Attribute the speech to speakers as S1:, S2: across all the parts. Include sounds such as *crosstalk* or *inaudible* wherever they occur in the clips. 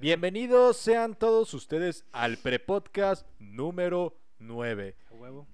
S1: Bienvenidos sean todos ustedes al prepodcast número 9.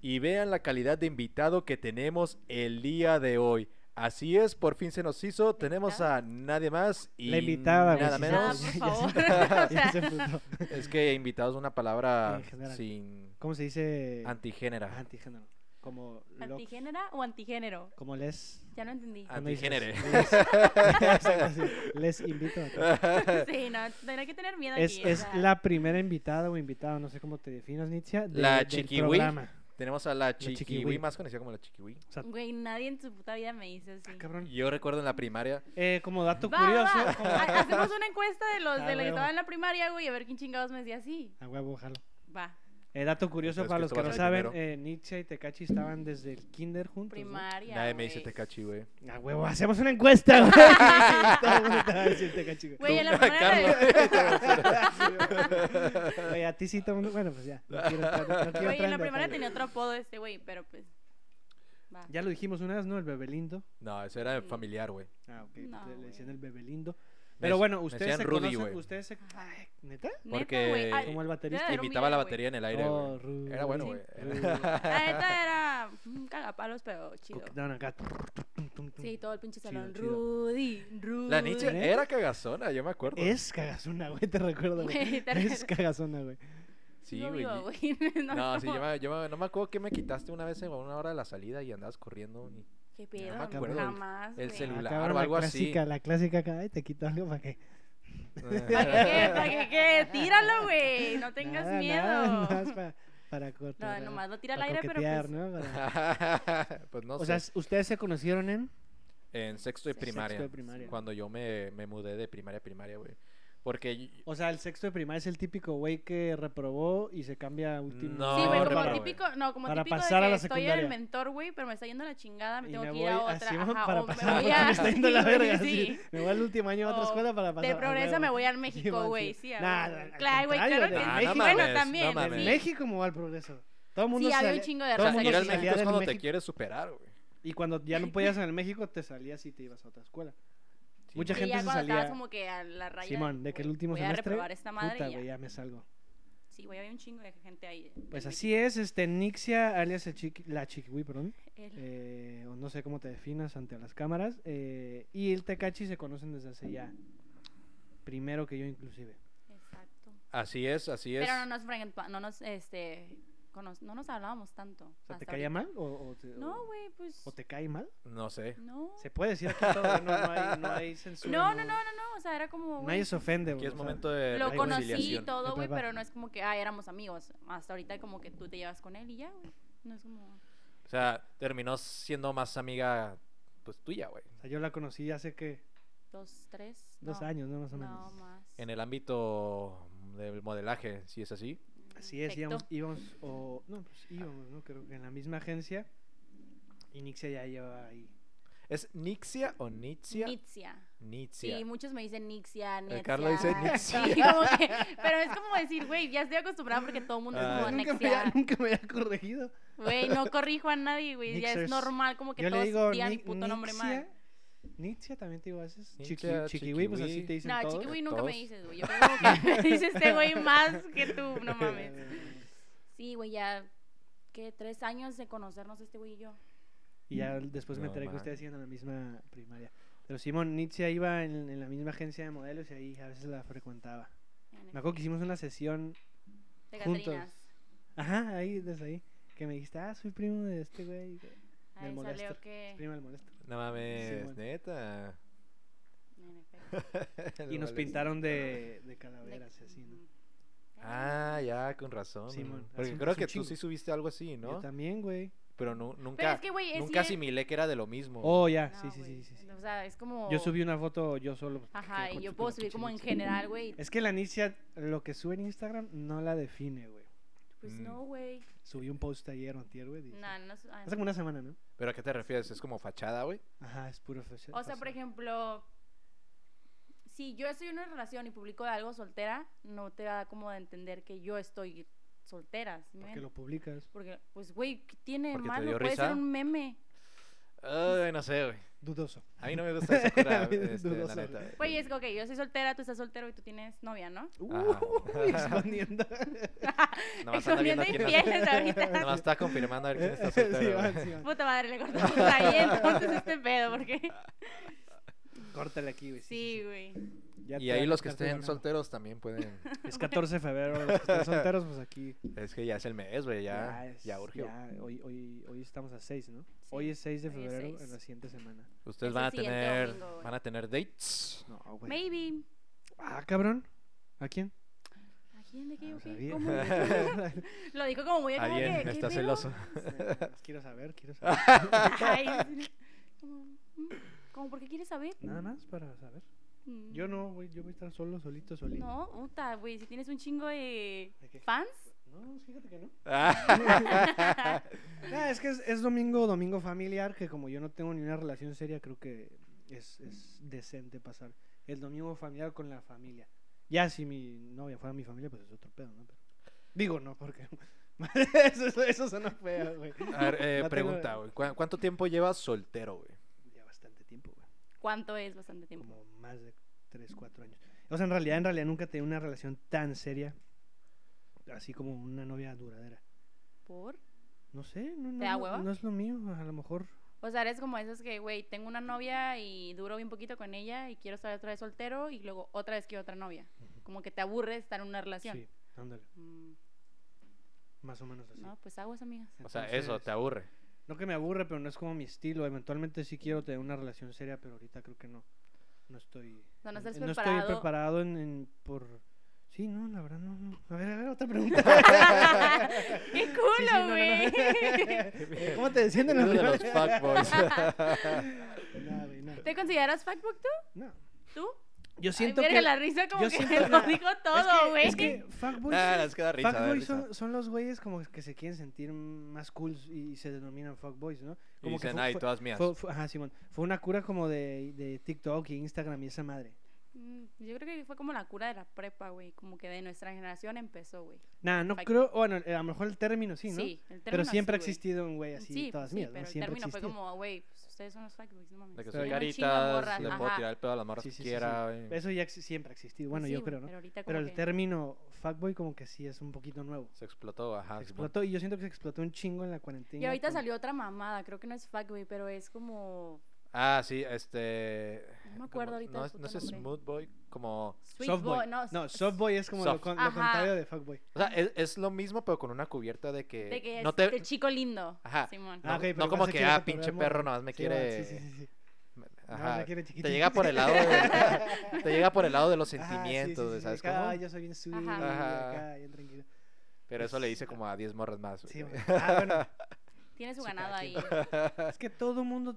S1: Y vean la calidad de invitado que tenemos el día de hoy. Así es, por fin se nos hizo. Tenemos a nadie más y
S2: La *laughs* invitada, Ah, güey,
S1: nada
S2: sí, sí,
S1: menos.
S2: sí.
S3: Nada, por
S2: Ya
S3: Ah, favor.
S2: Ya
S3: O *laughs* sea,
S2: se emputó.
S1: *laughs* Es que invitado es una palabra
S2: En general.
S1: sin
S2: ¿Cómo se dice?
S1: antigénera.
S2: Antigénero. Como lo-
S3: ¿Antigénera o antigénero?
S2: como les
S3: Ya no entendí.
S1: Ah. Antigénere.
S2: Les, *laughs* Exacto, sí. Les invito. a-
S3: *laughs* Sí, no, tendrá que tener miedo
S2: Es,
S3: aquí. o
S2: es
S3: sea,
S2: la primera invitada o invitado, no sé cómo te definas, Nitzia. de-
S1: La
S2: del
S1: chiquiwi.
S2: programa.
S1: *laughs* Tenemos a la
S2: chiquiwi.
S1: chiquiwi, más conocida como la chiquiwi.
S2: O sea,
S3: Güey, nadie en su puta vida me dice
S1: Ah,
S3: así.
S2: cabrón.
S1: Yo recuerdo en la primaria.
S2: Eh, como dato
S3: Va,
S2: curioso.
S3: va,
S1: *laughs*
S2: como-
S3: ha- Hacemos una encuesta de los
S2: Ah,
S3: de los que
S2: huevo.
S3: estaban en la primaria, güey, a ver quién chingados me decía así.
S2: A huevo, jalo.
S3: Va,
S2: Eh, dato curioso
S1: Pero es
S2: para
S1: que
S2: los
S1: tú
S2: que
S1: vas
S2: no
S1: de
S2: saben,
S1: primero.
S2: eh, Nietzsche y Tecachi estaban desde el kinder juntos. ¿no?
S3: primaria.
S1: Nadie me dice
S3: güey.
S1: Tecachi, güey.
S2: A huevo, hacemos una encuesta, güey. *laughs* Todo el mundo te va a decir Tecachi, güey.
S3: Güey, en la
S1: Tú,
S3: primaria.
S1: *laughs*
S2: *laughs*
S1: Carlos.
S2: Oye, a ti sí todo el mundo- Bueno, pues ya. No quiero entrar, no quiero
S3: Güey,
S2: entrar
S3: en la
S2: en
S3: primaria
S2: detalle.
S3: tenía otro apodo este güey, pero pues. Va.
S2: Ya lo dijimos una vez, ¿no? El bebelindo.
S1: *laughs* No, eso era familiar, güey.
S2: Ah, ok.
S3: No,
S2: le, le
S3: güey.
S2: decían el bebelindo.
S1: Me
S2: Pero
S1: dec-
S2: bueno,
S1: me
S2: ustedes
S1: decían
S2: se
S1: Rudy,
S2: conocen.
S1: güey.
S2: Ustedes se... Ay, ¿Neta?
S3: Neta, güey.
S1: porque
S3: ah,
S2: Como el
S3: debe
S2: baterista.
S3: de haber un
S1: Imitaba la
S3: video, güey.
S1: batería en el aire, güey.
S2: Oh, Rudy.
S1: Era bueno, güey.
S2: Rudy. Ah,
S3: La neta era un cagapalos, pero chido.
S2: Ok, daban acá, tum, tum, tum, tum.
S3: Sí, todo el pinche
S2: Chido,
S3: salón.
S2: chido.
S3: Rudy, Rudy.
S1: La Nietzsche
S2: ¿Neta?
S1: era cagazona, yo me acuerdo.
S2: Es cagazona, güey, te recuerdo, güey.
S3: Güey, te
S2: Es
S3: recuerdo.
S2: cagazona, güey. Ah,
S1: Sí,
S3: No
S1: güey.
S3: vivo,
S1: y-
S3: güey, *laughs*
S1: No,
S3: no,
S1: sí,
S3: como-
S1: yo me, yo me- no me acuerdo que me quitaste una vez en una hora de la salida y andabas corriendo. y-
S3: ¿Qué pedo?
S1: me acuerdo, güey.
S3: Jamás.
S1: El
S3: güey.
S1: celular.
S2: Ah, cabrón,
S1: o algo
S2: la
S1: así.
S2: clásica, La clásica acá, ay, te quito algo para que...
S3: ¿Para qué, qué? *laughs* ¿Para qué, qué? Tíralo, güey. No tengas
S2: Nada,
S3: miedo.
S2: Nada, nada más para, para cortar.
S3: no, nomás lo tira al
S2: para
S3: aire, pero
S2: coquetear,
S3: pues.
S2: ¿no? Para-
S1: *laughs* pues no
S2: O
S1: sé.
S2: sea, ustedes se conocieron en...
S1: en sexto de
S3: Sexto de
S1: primaria.
S2: primaria.
S1: Cuando yo me, me mudé de primaria a primaria, güey. Porque. y-
S2: O sea, el sexto de primaria es el típico güey que reprobó y se cambia a último.
S1: No,
S3: sí, güey, como
S1: reparo, güey.
S3: típico, no, como
S2: Para
S3: típico de
S2: pasar a
S3: que
S2: la
S3: estoy en el
S2: secundaria.
S3: mentor, güey, pero me está yendo la chingada, me
S2: Y
S3: tengo
S2: me
S3: que
S2: voy
S3: ir a otra.
S2: así, *laughs*
S3: ajá,
S2: para
S3: o
S2: pasar
S3: me
S2: a
S3: voy
S2: otra,
S3: a-
S2: me está yendo
S3: *laughs* sí,
S2: la
S3: güey,
S2: verga.
S3: sí.
S2: así. Me voy al último año a otra
S3: O
S2: escuela para pasar.
S3: De progresa me voy al México,
S2: man,
S3: güey,
S2: sí.
S3: sí. a
S2: Nah,
S3: huevo.
S2: al
S3: Claro, güey,
S2: contrario,
S3: claro
S2: de
S3: que
S2: México.
S3: sí.
S2: Ah, no
S3: Bueno,
S1: mames,
S2: a
S1: no
S3: también.
S2: México.
S1: mames.
S3: sí.
S2: México me voy al progreso. Todo el mundo
S3: Sí, había
S2: salía-
S3: un chingo de
S2: todo el
S1: o sea,
S2: mundo
S1: ir al
S2: se
S3: salía
S1: México es
S2: del
S1: cuando te
S2: México.
S1: quieres superar, güey.
S2: Y cuando ya no podías en el México, te salías y te ibas a otra escuela.
S1: Sí,
S2: Mucha
S1: güey.
S2: gente
S3: Sí, ya
S2: se
S3: cuando
S2: salía-
S3: estabas como que a la raya.
S2: Simón, de que el
S3: güey,
S2: último
S3: voy
S2: semestre.
S3: a reprobar esta madre.
S2: puta,
S3: y ya.
S2: güey, ya me salgo.
S3: Sí, güey, había un chingo de gente ahí.
S2: Pues
S3: Del
S2: así es, este, Nixia, alias el chiqui- la Chiquiwi, perdón.
S3: México. El-
S2: eh, o no sé cómo te definas ante las cámaras, eh, y el Tecachi se conocen desde hace ya, primero que yo inclusive.
S3: Exacto.
S1: Así es, así es.
S3: Pero no nos, frangent- no nos, este, cono- no nos hablábamos tanto.
S2: O sea, ¿te
S3: hasta
S2: caía
S3: ahorita.
S2: mal? O, o te,
S3: No,
S2: o-
S3: güey, pues.
S2: o te cae mal?
S1: No sé.
S3: No.
S2: Se puede decir aquí todo, no, no hay, no hay censura.
S3: No, no, no, no, no. O sea, era como. güey,
S2: Nadie se ofende,
S1: Aquí
S2: güey,
S1: es
S2: o sea,
S1: momento de
S3: Lo conocí y
S1: reconciliación.
S3: todo, güey,
S2: Va, va.
S3: pero no es como que, ah, éramos amigos. Hasta ahorita, como que tú te llevas con él y ya, güey. No es como.
S1: O sea, terminó siendo más amiga, pues tuya, güey.
S2: o sea, yo la conocí hace que
S3: Dos, tres.
S2: dos
S3: no,
S2: años, ¿no? Más o menos.
S3: No más.
S1: En el ámbito del modelaje, si es así.
S2: Así es,
S3: Mm, Perfecto.
S2: íbamos, íbamos, o, no, pues íbamos, ¿no? Creo que en la misma agencia, y Nixia ya lleva ahí.
S1: ¿Es Nixia o Nitzia?
S3: Nitzia.
S1: Nitzia.
S3: Sí, muchos me dicen
S2: Eh,
S3: Nixia, Nexia.
S1: Carlos dice
S3: *laughs* Sí, como que- pero es como decir, güey, ya estoy acostumbrada porque todo el mundo
S1: Ah.
S3: es como
S2: nunca, me había,
S3: Nexia.
S2: nunca me había corregido.
S3: Güey, no corrijo a nadie, güey. Ya
S2: Nixers.
S3: es normal como que
S2: Yo le
S3: todos
S2: digo
S3: digan mi
S2: Ni-
S3: puto nombre mal.
S2: Nixia. Nixia también te digo a veces.
S1: Nixia,
S2: Chiqui, chiquiwi, pues así
S1: chiquiwi.
S2: te dicen
S3: No,
S2: todos.
S3: chiquiwi nunca me
S1: Todos.
S3: dices, güey. Yo creo como que me
S2: *laughs*
S3: dice este güey más que tú, no mames. Sí, güey, ya, ¿qué? Tres años de conocernos este güey y yo.
S2: Y ya después me
S1: No
S2: enteré que
S1: mames.
S2: ustedes iban a la misma primaria. Pero Simón, Nixia iba en, en la misma agencia de modelos y ahí a veces la frecuentaba.
S3: En
S2: Me
S3: el-
S2: acuerdo que hicimos una sesión,
S3: De
S2: juntos.
S3: Catrinas.
S2: ajá, ahí, desde ahí, que me dijiste, ah, soy primo de este güey. que- Del
S3: Ahí
S2: molesto.
S3: salió
S2: es
S3: que...
S2: Primo del molesto.
S1: No mames,
S2: Sí, bueno.
S1: neta.
S3: en efecto,
S2: Y
S1: *laughs*
S2: nos
S1: Vale.
S2: pintaron de, de
S3: de-
S2: calaveras y así,
S3: Mm.
S2: ¿no?
S1: Ah, ya, con razón.
S2: Simón, hace
S1: Porque
S2: un-
S1: creo
S2: hace un
S1: que
S2: chingo.
S1: tú sí subiste algo así,
S2: Yo
S1: ¿no?
S2: también, güey.
S1: Pero nu- nunca,
S3: Pero es que, güey, es
S1: nunca
S3: bien-
S1: asimilé que era de lo mismo.
S2: Oh, ya,
S3: No,
S2: sí, sí, sí,
S3: güey,
S2: sí, sí.
S3: O sea, es como...
S2: Yo subí una foto yo solo. pues,
S3: Ajá,
S2: que
S3: y
S2: con
S3: yo
S2: su-
S3: puedo
S2: con la
S3: subir como en
S2: pichinita.
S3: general, güey.
S2: Es que la Nicia, lo que sube en Instagram, no la define, güey.
S3: Pues
S1: Mm.
S3: no, güey.
S2: Subí un post ayer o antier, güey. dice-
S3: No, no... su- ah,
S2: Hace como una semana, ¿no?
S1: ¿Pero a qué te refieres? ¿Es como fachada, güey?
S2: Ajá, es puro facha-
S3: O sea, por
S2: fachada.
S3: ejemplo, si yo estoy en una relación y publico algo soltera, no te da como de entender que yo estoy soltera. ¿sí me
S2: Porque
S3: ven?
S2: lo publicas.
S3: Porque, pues, güey, ¿qué tiene de
S1: Porque te
S3: malo?
S1: dio *laughs*
S3: Puede
S1: risa.
S3: ser un meme.
S1: Ay, no sé, güey.
S2: Dudoso.
S1: A mí no me gusta esa
S2: *laughs*
S1: cura,
S2: A mí
S1: este, la
S2: dudoso.
S1: neta.
S3: *laughs*
S1: güey.
S3: Güey, es que, ok, yo soy soltera, tú estás soltero y tú tienes novia, ¿no?
S1: Ajá.
S2: Uh, exponiendo.
S1: Nomás
S3: Son
S1: anda
S3: bien
S1: viendo
S2: *laughs*
S1: quién es- *laughs*
S3: infieles *laughs* ahorita. Pues,
S1: nomás está confirmando a ver quién está
S2: Sí,
S1: soltero.
S2: va,
S1: güey.
S2: sí, va.
S3: Puta madre, le cortamos ahí entonces este
S1: *laughs*
S3: pedo, porque...
S2: Córtale aquí, güey.
S3: Sí, güey.
S2: Ya
S1: Y
S2: te
S1: ahí
S2: van a
S1: los que
S2: quitar tu
S1: estén
S2: ganado.
S1: solteros también pueden.
S2: Es 14 de febrero, los que
S1: *laughs*
S2: estén solteros, pues aquí.
S1: Es que ya es el mes, güey, ya, ya,
S2: es-
S1: urge. güey.
S2: ya, hoy, hoy, hoy estamos a 6, ¿no?
S3: Sí,
S2: hoy es 6 de
S3: hoy es
S2: febrero,
S3: seis.
S2: en la siguiente semana.
S1: Ustedes
S3: Es
S1: van
S3: el
S1: a
S3: siguiente
S1: tener
S3: domingo, güey.
S1: van a tener dates.
S2: No, güey.
S3: Maybe.
S2: Ah, cabrón. ¿A quién?
S3: ¿A quién de qué?
S2: Ah,
S3: o qué?
S2: sabía.
S3: ¿Cómo?
S2: *laughs*
S1: *laughs*
S3: Lo dijo como muy... como
S1: Alguien
S3: que, ¿qué
S1: está
S3: pedo?
S1: celoso. *laughs*
S2: quiero saber, quiero saber.
S3: *laughs*
S2: *laughs*
S3: Ay, sí. como, mm, como, ¿por qué quieres saber?
S2: Nada más para saber.
S3: Mm.
S2: Yo no, güey, yo voy a estar solo, solito, solito.
S3: No, puta, güey, si tienes un chingo de
S2: ¿De qué?
S3: fans.
S2: No, fíjate que no.
S1: Ah.
S2: Ah, es que es, es domingo, domingo familiar, que como yo no tengo ni una relación seria, creo que es, es decente pasar el domingo familiar con la familia. Ya si mi novia fuera mi familia, pues es otro pedo, ¿no? Pero- digo no, porque *laughs* eso, eso, eso suena feo, güey.
S1: A ver, eh,
S2: No tengo-
S1: pregunta, güey. ¿cu- ¿Cuánto tiempo llevas soltero, güey?
S2: Ya bastante tiempo, güey.
S3: ¿Cuánto es? Bastante tiempo.
S2: Como más de 3, 4 años. O sea, en realidad, en realidad nunca he tenido una relación tan seria, así como una novia duradera.
S3: ¿Por?
S2: No sé, no, no,
S3: da
S2: no-
S3: hueva?
S2: no es lo mío, a lo mejor.
S3: O sea, eres como esos que, güey, tengo una novia y duro bien poquito con ella y quiero estar otra vez soltero y luego otra vez quiero otra novia.
S2: Ujú.
S3: Como que te aburre estar en una relación.
S2: Sí, ándale,
S3: Mm,
S2: más o menos así.
S3: no, pues aguas, amigas.
S1: O sea, eso,
S2: Entonces, *laughs*
S1: te aburre.
S2: No que me aburre, pero no es como mi estilo. Eventualmente sí quiero tener una relación seria, pero ahorita creo que no. No estoy.
S3: sea, no
S2: en-
S3: estás
S2: en-
S3: preparado.
S2: estoy preparado en, en- por. Sí, no, la verdad no. no. A ver, a ver, otra pregunta.
S3: *laughs* ¡Qué
S2: Sí, sí, no,
S3: *laughs* culo,
S2: no, no.
S3: güey!
S2: *laughs* Eh, ¿Cómo te
S1: Uno
S2: descienden los
S1: de los
S2: rivales? *laughs*
S1: fuckboys.
S2: No, güey, no.
S3: ¿Te consideras fuckbook tú?
S2: No.
S3: ¿Tú?
S2: Yo
S3: Ay,
S2: siento
S3: verga,
S2: que.
S3: la risa como
S2: yo
S3: que
S2: siento-
S3: *laughs* lo dijo todo, güey.
S2: Es que, es que
S1: *laughs*
S2: fuckboys-
S1: Ah, es que da risa, da
S2: Pues fuckboys
S1: risa.
S2: son, son los güeyes como que se quieren sentir más cool y se denominan fuckboys, ¿no?
S1: Y
S2: Como que
S1: dicen,
S2: fue-
S1: ay,
S2: fue-
S1: todas mías.
S2: Fue, fue- ajá, Simón. Fue una cura como de, de TikTok y Instagram y esa madre.
S3: Mm, Yo creo que fue como la cura de la prepa, güey. Como que de nuestra generación empezó, güey.
S2: Nah, no
S3: Fuck.
S2: creo. Bueno, eh, a lo mejor el término sí, ¿no?
S3: el
S2: pero
S3: término
S2: siempre ha
S3: sí, güey.
S2: existido un güey así,
S3: sí,
S2: todas
S3: sí,
S2: mías,
S3: pero
S2: ¿no?
S3: el
S2: Siempre ha
S3: término
S2: existido.
S3: fue como, güey, pues, ustedes son los fuckboys, no mames.
S1: De que
S2: Soy
S1: soy
S3: Tengo un chingo de
S1: caritas,
S3: morras,
S1: le
S3: ajá.
S1: puedo tirar el pedo a las morras
S2: Sí,
S1: que
S2: sí, sí, sí.
S1: quiera, güey.
S2: Eso ya ex- siempre ha existido. Bueno,
S3: Pues Sí,
S2: yo
S3: güey,
S2: creo, ¿no?
S3: Pero ahorita
S2: Pero
S3: como
S2: el
S3: que-
S2: término fuckboy como que sí es un poquito nuevo.
S1: Se explotó, ajá.
S2: Se
S1: Ah, Simón.
S2: explotó y yo siento que se explotó un chingo en la cuarentena.
S3: Y ahorita
S2: con-
S3: salió otra mamada, creo que no es fuckboy, pero es como...
S1: Ah, sí, este.
S3: No me
S1: como-
S3: acuerdo ahorita
S1: No,
S3: el
S1: es- no
S3: puto
S1: sé,
S3: nombre.
S1: Smooth Boy, como.
S3: Sweet
S2: Softboy.
S3: boy, no,
S2: No,
S3: s-
S2: softboy es como lo,
S1: Soft.
S2: con- lo
S3: Ajá.
S2: contrario de fuckboy.
S1: O sea, es, es lo mismo, pero con una cubierta de que.
S3: De que
S1: no
S3: es
S1: te.
S3: de chico lindo,
S1: Ajá.
S3: Simón.
S1: No,
S2: Ah, ok, pero
S1: no
S2: igual
S1: como
S2: se
S1: que,
S2: quiere
S1: ah,
S2: cotorrear
S1: pinche
S2: morras.
S1: perro, nomás me
S2: Sí,
S1: quiere.
S2: Sí, sí, sí, sí.
S1: Ajá.
S2: se quiere
S1: te
S2: chiquitito.
S1: llega por
S2: *laughs*
S1: el lado de, te llega por el lado de los
S2: Ajá, Ah, sí,
S1: sentimientos,
S2: sí,
S1: de,
S2: sí,
S1: ¿sabes
S2: de que,
S1: cómo?
S2: "Ay, yo soy bien sweet,
S3: Ajá.
S1: Ajá.
S2: acá, bien tranquilo.
S1: Pero eso le
S2: pues,
S1: dice como a 10 morras más.
S2: Sí,
S1: güey.
S2: bueno. Ah, bueno,
S3: Tiene su
S2: Sí, cada
S3: ganado ahí.
S2: quien. Es que todo mundo.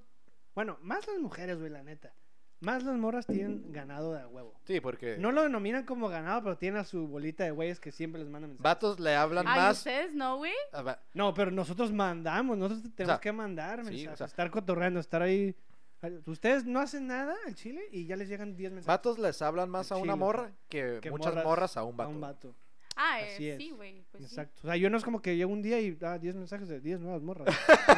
S2: Bueno, más las mujeres, güey, la neta. Más las morras tienen ganado de a huevo.
S1: *laughs* Sí, porque
S2: No lo denominan como ganado, pero tienen a su bolita de güeyes que siempre les mandan mensajes.
S1: vatos le hablan
S3: Ay,
S1: más.
S3: ¿ustedes no, güey?
S1: Ah, va-
S2: No, pero nosotros mandamos, nosotros tenemos
S1: sea,
S2: que mandar
S1: sí,
S2: mensajes,
S1: o sea-
S2: estar cotorreando, estar ahí. Ustedes no hacen nada al chile y ya les llegan 10 mensajes.
S1: Vatos les hablan más a una
S2: Chile,
S1: morra que
S2: Que
S1: muchas morras, a un vato.
S2: A un
S1: güey.
S2: vato.
S3: Ah, eh,
S2: Así es.
S3: sí, güey. Pues sí.
S2: Exacto. O sea, yo no es como que llego un día y ah, 10 mensajes de 10 nuevas morras.
S1: *laughs*
S2: *laughs*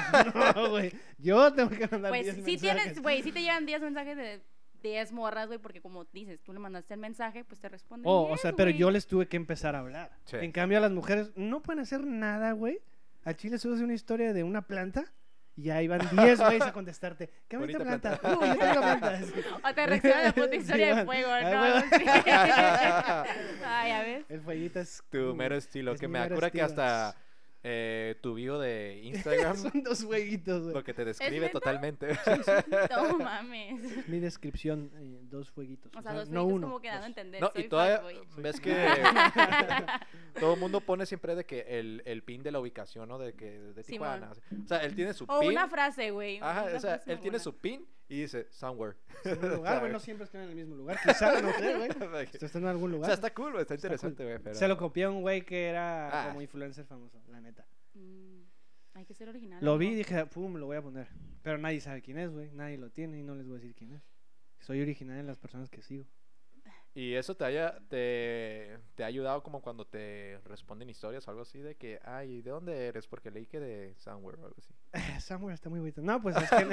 S2: no, güey. Yo tengo que mandar
S3: Pues
S2: 10
S3: sí
S2: mensajes.
S3: tienes, güey, sí te llegan 10 mensajes de 10 morras, güey, porque como dices, tú le mandaste el mensaje, pues te responden.
S2: Oh, o sea, pero yo
S3: le...
S2: les tuve que empezar a hablar.
S1: Sí.
S2: En cambio, a las mujeres no pueden hacer nada, güey. A Chile subes una historia de una planta y ahí van 10 güeyes a
S1: *laughs*
S2: contestarte. ¿Qué bonita
S1: Bonita
S2: planta? Uy, yo tengo plantas.
S3: *laughs* O te reacciona la puta
S2: Sí,
S3: historia de
S2: man.
S3: fuego,
S2: Ay,
S3: ¿no?
S2: huevo. *laughs*
S3: Algo así. Ay, a ver.
S2: El fueguito es.
S1: Tu
S2: uh,
S1: mero estilo,
S2: es
S1: que
S2: mi
S1: me
S2: mero
S1: acuerda que
S2: estilo.
S1: hasta eh, tu
S2: *laughs*
S1: bio de
S2: *laughs*
S1: Instagram
S2: Son dos fueguitos, güey.
S1: lo que te describe
S3: neta?
S1: totalmente.
S3: No mames.
S2: Mi descripción, eh, dos fueguitos.
S3: O sea, dos
S2: no
S3: no
S2: uno.
S3: como que dando a
S2: dos.
S3: entender.
S1: No,
S3: soy
S1: y todavía
S3: fuckboy.
S1: ves que
S3: *laughs*
S1: todo el mundo pone siempre de que el, el pin de la ubicación, ¿no? De que de
S3: Simón.
S1: Tijuana. O sea, él tiene su
S3: O
S1: pin.
S3: una frase, güey.
S1: Ajá,
S3: una
S1: o sea,
S3: frase
S1: él tiene
S3: mamona.
S1: su pin y dice somewhere. *laughs*
S2: En un lugar, güey, no Ah, siempre están en el mismo lugar. Quizá, no sé, güey. Esto está en algún
S1: o
S2: lugar.
S1: sea, está cool, güey, está interesante, güey. pero-
S2: Se lo copió a un güey que era
S1: Ah.
S2: como influencer famoso, la neta.
S3: Mm, Hay que ser original.
S2: Lo
S3: Ah, ¿no?
S2: vi y dije, pum, lo voy a poner. Pero nadie sabe quién es, güey. Nadie lo tiene y no les voy a decir quién es. Soy original en las personas que sigo.
S1: Y eso te haya te, te ha ayudado como cuando te responden historias o algo así de que, ay, ¿de dónde eres? Porque leí que de somewhere o algo así.
S2: Somewhere Eh, está muy bonito. No, pues
S3: *laughs*
S2: es que a lo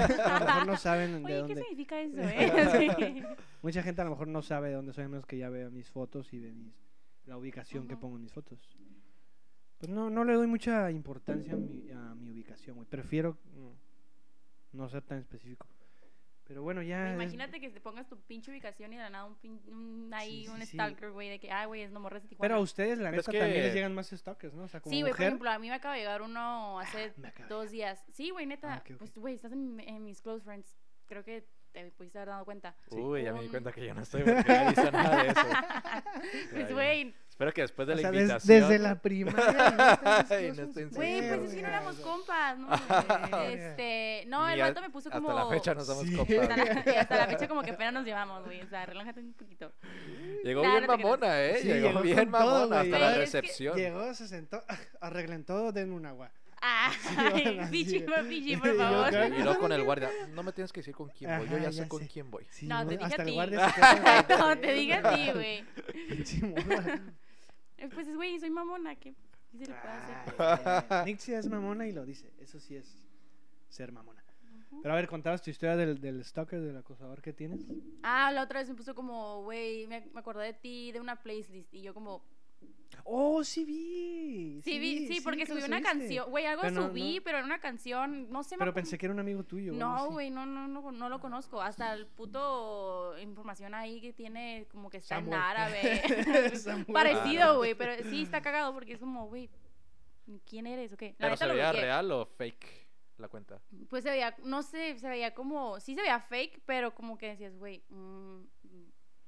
S2: mejor no saben de
S3: Oye, ¿qué
S2: dónde. Ah.
S3: significa
S2: *laughs*
S3: eso, eh? Sí.
S2: Mucha gente a lo mejor no sabe de dónde soy, a menos que ya vea mis fotos y ve mis- la ubicación que
S3: Ujú.
S2: pongo en mis fotos. Pues no, no le doy mucha importancia a mi, a mi ubicación, güey. Prefiero mm, no ser tan específico. Pero bueno, ya.
S3: Güey,
S2: es-
S3: Pues, Imagínate que te pongas tu pinche ubicación y de la nada un, pin- un- ahí
S2: Sí,
S3: un
S2: sí, sí.
S3: stalker, güey, de que, ay, güey, es nomorres de Tijuana.
S2: Pero a ustedes, la
S1: Pero es
S2: neta, también les
S1: que-
S2: llegan más stalkers, ¿no? O sea, como
S3: Sí, güey, por
S2: mujer.
S3: ejemplo, a mí me acaba de llegar uno hace
S2: me acaba de
S3: dos días. Sí, güey, neta.
S2: Ah, ok, ok.
S3: Pues, güey, estás en, en mis close friends. Creo que te pudiste haber dado cuenta.
S1: Uy, ya me di
S3: Un-
S1: cuenta que yo no estoy porque nadie hizo nada de eso.
S3: *laughs* pues,
S1: ya.
S3: güey,
S1: Espero que después de
S2: O
S1: la
S2: sea, des-
S1: invitación.
S2: desde la primaria. ¿no? Estás
S1: Ay, no
S2: close
S1: estoy en
S2: friends.
S3: güey,
S1: serio,
S3: pues es que no
S1: güey.
S3: éramos compas,
S1: *laughs*
S3: ¿no?
S2: Verga.
S3: este, no, el
S1: ni a-
S3: vato me puso como...
S1: Hasta la fecha no somos
S2: Sí.
S3: Hasta
S2: *laughs*
S1: compas.
S3: la- y hasta la fecha como que apenas nos llevamos, güey. O sea, relájate un poquito.
S1: Llegó
S3: Nah,
S1: bien
S3: no te creas.
S1: mamona, ¿eh?
S2: Sí,
S1: llegó,
S2: llegó
S1: bien
S2: con todo,
S1: mamona
S2: güey.
S1: hasta la
S3: Güey, es que
S1: recepción.
S2: Llegó, se sentó, *laughs* arreglen todo, den un agua.
S3: Ay,
S2: van así,
S3: pichi,
S2: güey.
S3: pichi,
S2: Y
S3: por
S2: yo
S3: favor.
S2: *laughs* acá-
S1: Y luego con el
S3: *laughs*
S1: guardia, no me tienes que decir con quién voy, yo
S2: Ajá,
S1: ya sé
S2: ya
S1: con
S2: sé.
S1: quién voy.
S2: Sí,
S3: No, te dije
S2: hasta
S3: a
S2: el
S3: ti. *laughs*
S2: guardia se quedó como,
S3: No, te digas sí, güey.
S2: *laughs* "Pinche morra".
S3: *laughs* Eh, Pues es, güey, soy mamona, ¿qué qué se le puede hacer?
S2: Ay, Nixie es mamona y lo dice. Eso sí es ser mamona.
S3: Ujú.
S2: Pero a ver, contabas tu historia del, del stalker, del acosador que tienes.
S3: Ah, la otra vez me puso como, güey, me, me acordé de ti, de una playlist. Y yo como,
S2: Oh, sí vi.
S3: sí, vi- sí, porque
S2: que lo
S3: subí una
S2: subiste.
S3: canción. Güey, algo
S2: Pero no,
S3: subí,
S2: no.
S3: pero era una canción, no sé. me
S2: Pero
S3: acu-
S2: pensé que era un amigo tuyo. o algo
S3: No,
S2: así.
S3: güey, no, no, no, no lo conozco. Hasta el puto información ahí que tiene como que está en
S2: Samuel.
S3: árabe.
S2: *laughs* Samuel.
S3: *laughs* Parecido, güey, pero sí está cagado porque es como, güey, ¿quién eres o qué? La
S1: Pero
S3: neta
S1: se
S3: lo
S1: veía
S3: bloqueé.
S1: real o fake la cuenta.
S2: *laughs*
S3: Pues se veía, no sé, se veía como, sí se veía fake, pero como que decías, güey, mm,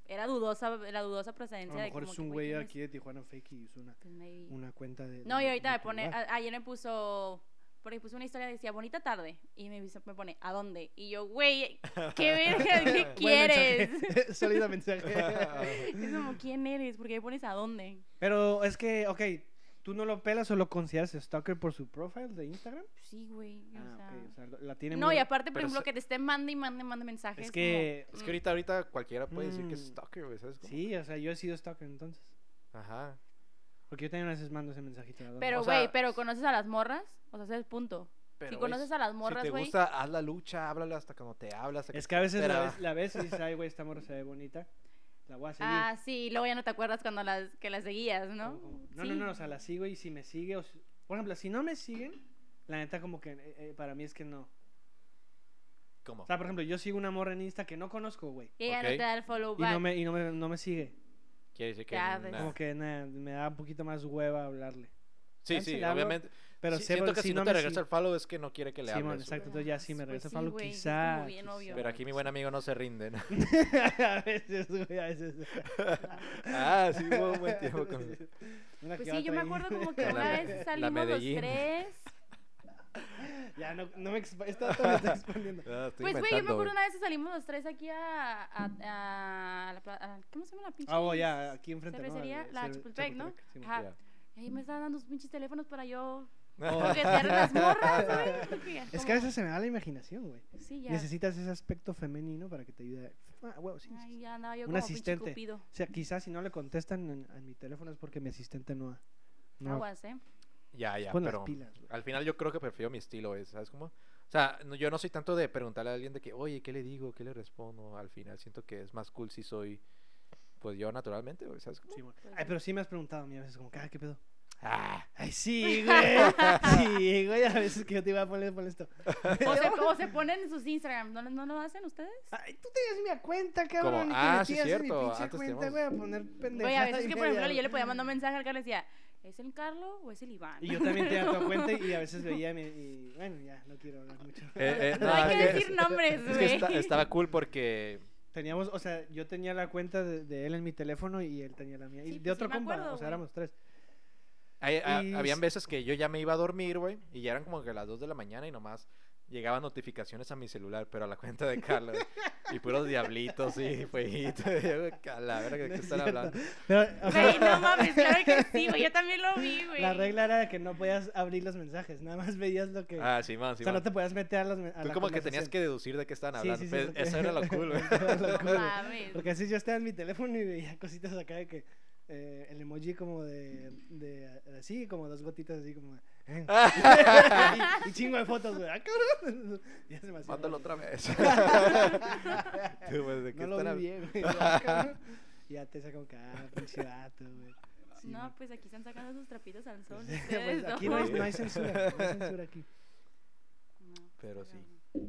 S3: era dudosa, la dudosa
S2: A
S3: procedencia
S2: lo
S3: de
S2: mejor
S3: como
S2: es
S3: que,
S2: un
S3: güey,
S2: güey
S3: ¿quién
S2: aquí de Tijuana fake y hizo una,
S3: es? Pues maybe.
S2: una cuenta de.
S3: No, y
S2: de-
S3: ahorita
S2: de
S3: me pone,
S2: lugar.
S3: a- ayer me puso, porque puso una historia que decía, bonita tarde, y me, hizo- me pone, ¿a dónde? Y yo, güey,
S2: *laughs*
S3: ¿qué verga, qué
S2: Buen
S3: ah, quieres? *laughs*
S2: mensaje. *laughs* Sólido *laughs* mensaje.
S3: Es como, ¿quién eres? Porque ahí pones a dónde.
S2: Pero es que, ok, ¿tú no lo pelas o lo consideras stalker por su profile de Instagram?
S3: Sí, güey, o
S2: Ah,
S3: sea.
S2: ok, o sea, lo- la tiene
S3: No,
S2: muy-
S3: y aparte, por
S1: Pero
S3: ejemplo,
S1: se-
S3: que te esté mande y mande y mande mensajes.
S2: Es
S3: como,
S2: que,
S1: Es que ahorita, ahorita cualquiera puede decir que es
S2: Mm.
S1: stalker, güey, ¿sabes? Como-
S2: sí, o sea, yo he sido stalker entonces.
S1: Ajá.
S2: Porque yo también a veces mando ese mensajito. a Dora.
S3: Pero,
S1: O sea-
S3: güey, pero conoces a las morras. O sea, ese es el punto.
S1: Pero,
S3: si
S1: güey,
S3: conoces a las morras,
S1: Si te
S3: güey.
S1: gusta, haz la lucha, háblale hasta cuando te hablas. hasta
S2: es que a veces
S1: Pero-
S2: la ves, la ves y dices, ay, güey, esta morra se ve bonita. La voy a seguir.
S3: Ah, sí, luego ya no te acuerdas cuando las que las seguías,
S2: Como-
S3: ¿no?
S2: como- No,
S3: Sí.
S2: no, no, o sea, la sigo y si me sigue. o si- Por ejemplo, si no me siguen, la neta, como que eh, eh, para mí es que no.
S1: ¿Cómo?
S2: O sea, por ejemplo, yo sigo una morra en Insta que no conozco, güey.
S3: Y ella
S1: Ok.
S3: no te da el follow
S2: Y
S3: back.
S2: no me, y no me, no me sigue.
S1: Quiere decir que.
S3: Ya pues. ves.
S1: nah.
S2: Como que nah, me da un poquito más hueva hablarle.
S1: Sí,
S2: chance
S1: sí,
S2: le hablo,
S1: obviamente.
S2: Pero
S1: Sí,
S2: sé
S1: siento
S2: por-
S1: que si no,
S2: me
S1: te regresa
S2: sigue-
S1: el follow es que no quiere que le
S2: Simón,
S1: hables. güey.
S2: exacto, entonces ya sí me
S3: Pues
S2: regresa
S3: sí,
S2: follow,
S3: güey, es
S2: quizá.
S3: como bien obvio.
S1: Pero aquí
S2: *laughs*
S1: mi buen amigo no se rinde, ¿no?
S2: a veces, güey, a veces.
S1: ah, sí, hubo un buen
S2: *laughs*
S1: tiempo con
S2: Una
S3: Pues
S2: que
S3: sí, yo
S2: otra
S3: me
S2: ahí.
S3: acuerdo como que
S1: La
S3: una
S1: me- la
S3: vez salimos los
S1: Medellín.
S3: tres.
S2: *laughs* Ya, no, no me expa- esta otra
S1: *laughs*
S2: me está exponiendo.
S1: Ah, estoy
S3: Pues, güey, yo me
S1: inventando,
S3: acuerdo una vez que salimos los tres aquí a. a, a la pla- a- ¿Cómo se llama la pinche?
S2: Ah, oh, ya, aquí enfrente. ¿no?
S3: cervecería,
S2: Al-
S3: la
S2: cerve-
S3: Chapultepec, ¿no?
S2: Chapultepec, Simón.
S3: Ajá.
S1: ya.
S3: Y ahí me estaban dando sus pinches teléfonos para yo.
S2: Oh.
S3: coquetear a las
S2: *laughs*
S3: morras, güey. porque ya
S2: Es que
S3: como-
S2: a veces se me da la imaginación, güey.
S3: Sí, ya.
S2: Necesitas ese aspecto femenino para que te ayude. a- Ah, huevo, sí, sí,
S3: Ay,
S2: sí.
S3: ya andaba yo
S2: Un
S3: como
S2: asistente.
S3: pinche cupido.
S2: O sea, quizás si no le contestan en, en mi teléfono es porque mi asistente no ha. No, *laughs*
S3: Aguas, Ah, ¿eh?
S1: *laughs* Ya, ya,
S2: pon las
S1: pero.
S2: pilas, güey.
S1: Al final yo creo que prefiero mi estilo, es, ¿sabes cómo? O sea, no- yo no soy tanto de preguntarle a alguien de que, oye, ¿qué le digo? ¿Qué le respondo? Al final siento que es más cool si soy, pues yo naturalmente, güey, ¿sabes cómo?
S3: pues
S2: Simón. Ay, pero sí me has preguntado a mí a veces, como, ah, ¿qué pedo?
S1: Ah,
S2: Ay, sí,
S3: *laughs*
S2: güey. Sí, güey, a veces que yo te iba a poner, poner esto.
S3: O se, o se ponen en sus Instagram. ¿No, no lo hacen ustedes?
S2: Ay, tú tenías mi cuenta, cabrón.
S1: Como,
S2: y te
S1: ah,
S2: metías
S1: sí,
S2: en
S1: cierto,
S2: Mi pinche
S1: antes
S2: cuenta,
S1: teníamos-
S2: güey, a poner pendejadas.
S3: Oye, a veces que, por ejemplo, yo le podía mandar un mensaje al Carlos y decía, ¿es el Carlos o es el Iván?
S2: Y yo también tenía
S3: *laughs*
S2: tu cuenta y a veces veía mi- y bueno, ya, no quiero hablar mucho.
S1: Eh, eh,
S3: No,
S1: no,
S2: Ah,
S3: hay
S1: es
S3: que
S1: que-
S3: decir nombres,
S1: es que
S3: güey.
S1: esta- estaba cool porque...
S2: Teníamos, o sea, yo tenía la cuenta de, de él en mi teléfono y él tenía la mía.
S3: Sí,
S2: y
S3: pues
S2: de otro
S3: sí me
S2: compa,
S3: acuerdo,
S2: o sea,
S3: güey.
S2: éramos tres.
S1: hay- a-
S2: Y
S1: habían
S2: s-
S1: veces que yo ya me iba a dormir, güey, y ya eran como que las 2 de la mañana y nomás llegaban notificaciones a mi celular, pero a la cuenta de Carlos. y puros diablitos
S2: *laughs*
S1: y fueguitos. y yo, A la verga, ¿de qué están hablando?
S2: Pero, o sea,
S3: Güey, no mames, claro que sí, güey. Yo también lo vi,
S2: *laughs*
S3: güey.
S2: la regla era de que no podías abrir los mensajes, nada más veías lo que...
S1: Ah, sí, man, sí,
S2: o sea, no
S1: man.
S2: te podías meter a los men- a
S1: Tú
S2: la
S1: como que tenías
S2: conversación.
S1: que deducir de qué estaban
S2: Sí,
S1: hablando.
S2: sí, sí,
S1: pues,
S2: porque-
S1: Eso
S2: *laughs*
S1: era lo cool, güey.
S2: Era lo
S1: *laughs*
S2: cool.
S3: mames.
S2: Porque así yo estaba en mi teléfono y veía cositas acá de que eh, el emoji como de, de así, como dos gotitas así como...
S1: *laughs*
S2: de- "Eh". *laughs* y, y chingo de fotos, güey. ¡Ah, cabrón! *laughs* Ya se me hacía
S1: Mándalo
S2: mayor. *laughs*
S1: otra vez. Tú, pues, ¿de qué
S2: No lo
S1: están
S2: vi
S1: hab-
S2: bien,
S1: *laughs*
S2: güey. Ah, cabrón. Y ya te sacan cada pinche vato, güey. Sí, güey.
S3: No, pues aquí están sacando sus trapitos al
S2: *laughs*
S3: sol.
S2: Pues,
S3: ustedes
S2: aquí no hay,
S3: dos.
S2: no hay censura, no
S1: *laughs*
S2: hay censura aquí.
S3: No,
S1: Pero sí.
S2: Qué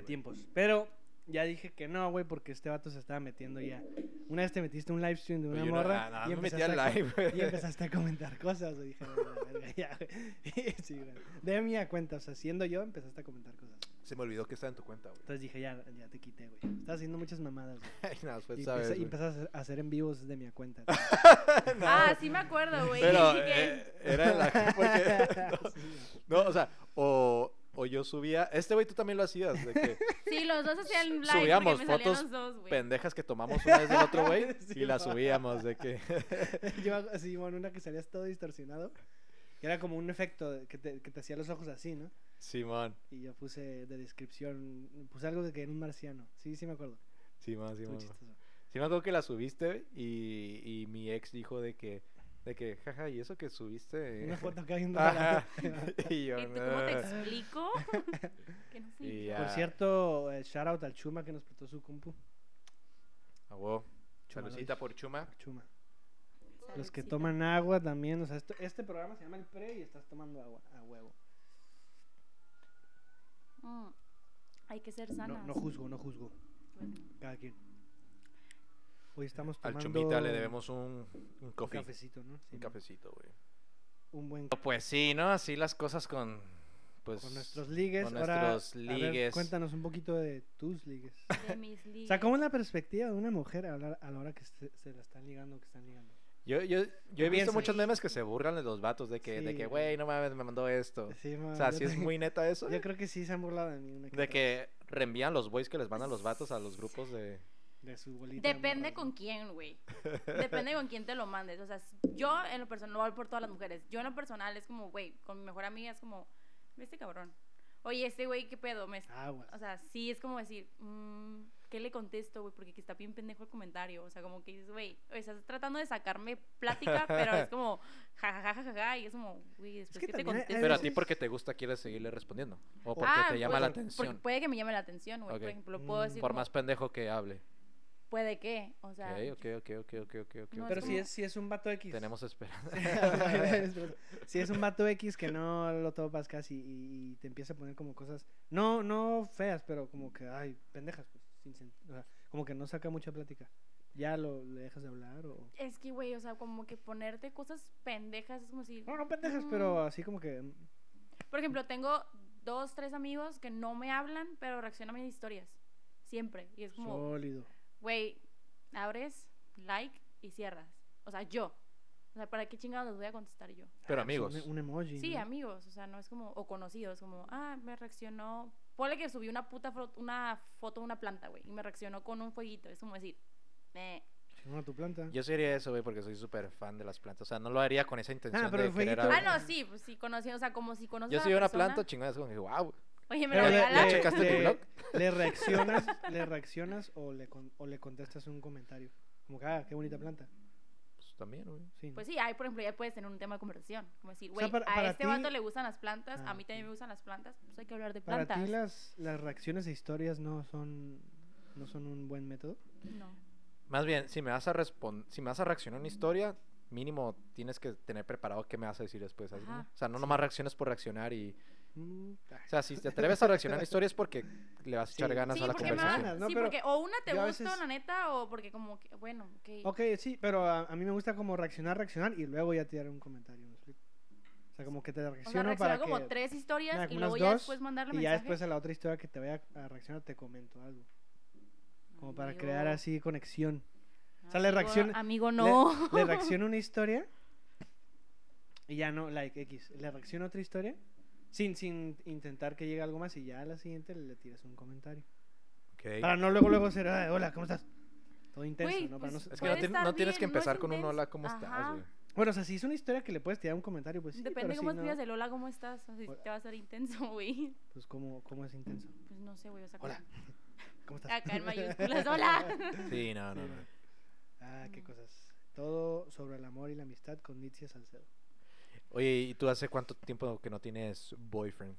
S1: güey.
S2: tiempos. Pero ya dije que no, güey, porque este vato se estaba metiendo ya. Una vez te metiste un live stream de
S1: Oye,
S2: una
S1: no,
S2: morra
S1: ah, no,
S2: y,
S1: me metí
S2: empezaste
S1: al
S2: a,
S1: live.
S2: y empezaste a comentar cosas. güey, Dije, "A la verga, *laughs* ya, güey". Sí, güey. De mí a cuenta, o sea, siendo yo, empezaste a comentar cosas.
S1: *laughs* Se me olvidó que estaba en tu
S2: *laughs*
S1: cuenta, güey.
S2: Entonces dije, ya, ya te quité, güey. Estás haciendo muchas mamadas, güey.
S1: Ay, nada, pues,
S2: Y,
S1: sabes,
S2: empecé- y
S1: güey.
S2: empezaste a hacer en vivos de mi a cuenta.
S1: *laughs*
S3: Ah, sí me acuerdo, güey. *laughs*
S1: Pero
S3: Dije que-
S1: eh, era la... *laughs*
S2: *laughs*
S1: Porque,
S2: Sí, güey.
S1: no, o sea, o, o yo subía... Este güey tú también lo hacías, de que
S3: Sí, los dos hacían live.
S1: subíamos
S3: porque me salían
S1: fotos
S3: los dos, *laughs* güey.
S1: pendejas que tomamos una vez del otro
S3: *laughs*
S1: güey
S2: Sí,
S1: y la
S2: va.
S1: subíamos, de que... *laughs*
S2: Yo hago así, bueno, una que salías todo distorsionado. Que era como un efecto de- que te, que te hacía los ojos así, ¿no?
S1: Simón,
S2: Y yo puse de descripción, puse algo de que era un marciano. Sí, sí me acuerdo.
S1: Simón,
S2: Estuvo
S1: Simón.
S2: chistoso.
S1: Sí me acuerdo que la subiste y, y mi ex dijo de que, de que, jaja, ¿y eso que subiste? *laughs*
S2: Una foto cayendo.
S1: Ajá.
S3: *laughs*
S1: y yo,
S3: ¿Y tú cómo te
S1: "No". *laughs*
S3: explico? que no fui
S1: eh. Y
S3: yo.
S2: *laughs*
S1: ya.
S2: Por cierto, eh, shout out al Chuma que nos prestó su compu.
S1: A huevo.
S2: Chuma
S1: Saludcita
S2: Lois.
S1: por Chuma.
S2: Chuma. Los que
S3: Saludcita.
S2: toman agua también, o sea, esto- este programa se llama El Pre y estás tomando agua a huevo.
S3: Mm, Hay que ser
S2: No,
S3: sanas.
S2: no juzgo, no juzgo. Cada quien. Hoy estamos
S1: Al
S2: tomando
S1: Chumita le debemos un, un
S2: un
S1: coffee.
S2: cafecito, ¿no? Sí,
S1: Un cafecito, güey.
S2: un buen
S1: Pues sí, ¿no? Así las cosas con. Pues.
S2: con nuestros ligues.
S1: con
S2: Ahora,
S1: nuestros
S2: a ver,
S1: ligues.
S2: cuéntanos un poquito de tus ligues.
S3: De mis
S2: O
S3: ligues.
S2: sea, ¿cómo es la perspectiva de una mujer a la, a la hora que se, se la están ligando que están ligando?
S1: Yo, yo, yo he visto
S2: piensas?
S1: muchos memes que se burlan de los vatos de que, de
S2: Sí,
S1: que,
S2: güey.
S1: güey, no mames, me mandó esto.
S2: Sí, ma,
S1: o sea,
S2: yo
S1: si es
S2: también-
S1: muy neta eso.
S2: *laughs* Yo creo que sí se han burlado de mí. Una
S1: De
S2: otra
S1: que reenvían los boys que les mandan los vatos a los grupos de.
S2: vez, De su bolita. de
S3: Depende
S2: morras,
S3: con
S2: ¿no?
S3: quién, güey.
S2: *laughs*
S3: Depende con quién te lo mandes. O sea, s- yo en lo personal, no hablo por todas las mujeres. Yo en lo personal es como, güey, con mi mejor amiga es como, "Ve este cabrón. Oye, este güey, ¿qué pedo? Me est-
S2: Aguas.
S3: O sea, sí es como decir, "Mm, ¿qué le contesto, güey? Porque aquí está bien pendejo el comentario. O sea, como que dices, güey, o sea, estás tratando de sacarme
S2: *laughs*
S3: plática, pero es como, jajajajaja, y es como, güey, después
S2: que
S3: que te
S2: también hay- hay
S3: contesto.
S1: Pero a ti
S2: veces-
S1: porque te gusta quieres seguirle respondiendo. O porque
S3: Ah,
S1: te llama
S3: pues,
S1: la
S2: porque-
S1: atención.
S3: Porque puede que me llame la atención, güey.
S1: Ok.
S3: Por ejemplo, puedo
S2: Mm.
S3: decir,
S1: Por
S3: como,
S1: más pendejo que hable.
S3: puede que, o sea,
S1: ok, ok, ok, ok, ok, ok, ok,
S3: No,
S1: ok.
S2: Pero
S3: es
S2: si
S3: como-
S2: es, si es un vato X.
S1: Tenemos
S3: *laughs*
S1: esperanza.
S2: *laughs* si es un vato X que no lo topas casi y, y te empieza a poner como cosas. No, no feas, pero como que, ay, pendejas, pues. Sin sen- o sea, como que no saca mucha plática. ¿Ya lo le dejas de hablar o.?
S3: Es que, güey, o sea, como que ponerte cosas pendejas es como si...
S2: No, no pendejas,
S3: Mm.
S2: pero así como que. mm,
S3: Por ejemplo, tengo dos, tres amigos que no me hablan, pero reaccionan a mis historias. Siempre. Y es como,
S2: Sólido.
S3: güey, abres, like y cierras. O sea, yo. O sea, ¿para qué chingados los voy a contestar yo?
S1: Pero
S2: Ah, pues,
S1: amigos.
S2: Un, un emoji.
S3: Sí,
S2: ¿no?
S3: amigos. O sea, no es como, o conocidos, como, ah, me reaccionó. Ponle que subí una puta fo- una foto de una planta, güey, y me reaccionó con un fueguito. Es como decir, eh.
S2: Chingón a tu planta.
S1: Yo sí haría eso, güey, porque soy súper fan de las plantas. O sea, no lo haría con esa intención
S2: Ah, pero
S1: de
S2: el
S1: querer
S2: fueguito-
S3: Ah,
S1: algo.
S3: no, sí, pues sí, conocí, o sea, como si conoces
S1: Yo
S3: a
S1: soy
S3: la
S1: una
S3: persona.
S1: planta chingada, es como que, wow.
S3: Oye, me
S2: Pero
S3: lo
S2: le-
S3: regalas.
S2: le-
S1: checaste tu
S2: le-
S1: blog? *laughs*
S2: ¿Le reaccionas, le reaccionas o le, con- o le contestas un comentario? Como que, ah, qué
S1: Mm.
S2: bonita planta.
S1: Pues también, güey.
S2: Sí, ¿no?
S3: Pues sí, ahí por ejemplo ya puedes tener un tema de conversación. Como decir,
S2: O
S3: güey,
S2: sea, para- para
S3: a este
S2: ti-
S3: vato le gustan las plantas,
S2: Ah,
S3: a mí también
S2: ok.
S3: me gustan las plantas, pues hay que hablar de
S2: Para
S3: plantas.
S2: ti las, las reacciones e historias no son, no son un buen método.
S3: No.
S1: Más bien, si me vas a respon- si me vas a reaccionar a una historia, mínimo tienes que tener preparado qué me vas a decir después. ¿sabes, no?
S3: Ajá.
S1: O sea, no nomás reacciones por reaccionar y...
S2: Mm, ah,
S1: O sea, si te atreves a reaccionar a una historia es porque le vas a echar
S2: Sí.
S1: ganas
S3: Sí,
S1: a la
S3: porque, me
S1: conversación.
S3: va-
S2: No,
S3: sí,
S2: pero
S3: porque o una te
S2: yo a
S3: gusta,
S2: veces-
S3: la neta, o porque como que, bueno, ok.
S2: Ok, sí, pero a, a mí me gusta como reaccionar, reaccionar y luego ya tirar un comentario. ¿me explico? O sea, como que te
S3: O sea,
S2: reacciono
S3: reaccionar
S2: para
S3: como
S2: que...
S3: tres historias
S2: Mira,
S3: y
S2: como
S3: luego
S2: unas
S3: ya
S2: dos,
S3: después mandarle
S2: y
S3: mensaje.
S2: ya después a la otra historia que te vaya a reaccionar te comento algo. Como para
S3: Amigo,
S2: crear así conexión. o sea, le
S3: amigo-
S2: reacciona-
S3: Amigo,
S2: Le-
S3: no. *laughs*
S2: Le, reacciono una historia y ya no, like X. Le reacciono otra historia Sin, sin intentar que llegue algo más y ya a la siguiente le tiras un comentario.
S1: Ok.
S2: Para no luego luego ser, "Ay, hola, ¿cómo estás? Todo intenso,
S3: Güey,
S2: ¿no? Para no
S3: pues,
S2: ser-
S1: Es que no,
S3: Puede
S1: tien-
S3: estar
S1: no tienes
S3: bien,
S1: que
S3: no es
S1: empezar con un
S3: intenso.
S1: hola, ¿cómo
S3: Ajá.
S1: estás,
S3: *laughs*
S1: güey?
S2: Bueno, o sea, si es una historia que le puedes tirar un comentario, pues sí, pero
S3: Depende
S2: si
S3: cómo
S2: no,
S3: escribas el hola, cómo estás. O sea, si
S2: Hola.
S3: te va a ser intenso, *laughs* güey.
S2: Pues cómo, cómo es intenso.
S3: Pues no sé, güey. O sea,
S2: Hola.
S3: como-
S2: ¿Cómo estás?
S3: Acá en Ah,
S2: *laughs*
S3: mayúsculas, hola. *laughs*
S1: Sí, no,
S2: Sí,
S1: no,
S2: no.
S1: no.
S2: Ah, qué
S3: Ujú.
S2: cosas. Todo sobre el amor y la amistad con Nitzia Salcedo.
S1: Oye, ¿y tú hace cuánto tiempo que no tienes boyfriend?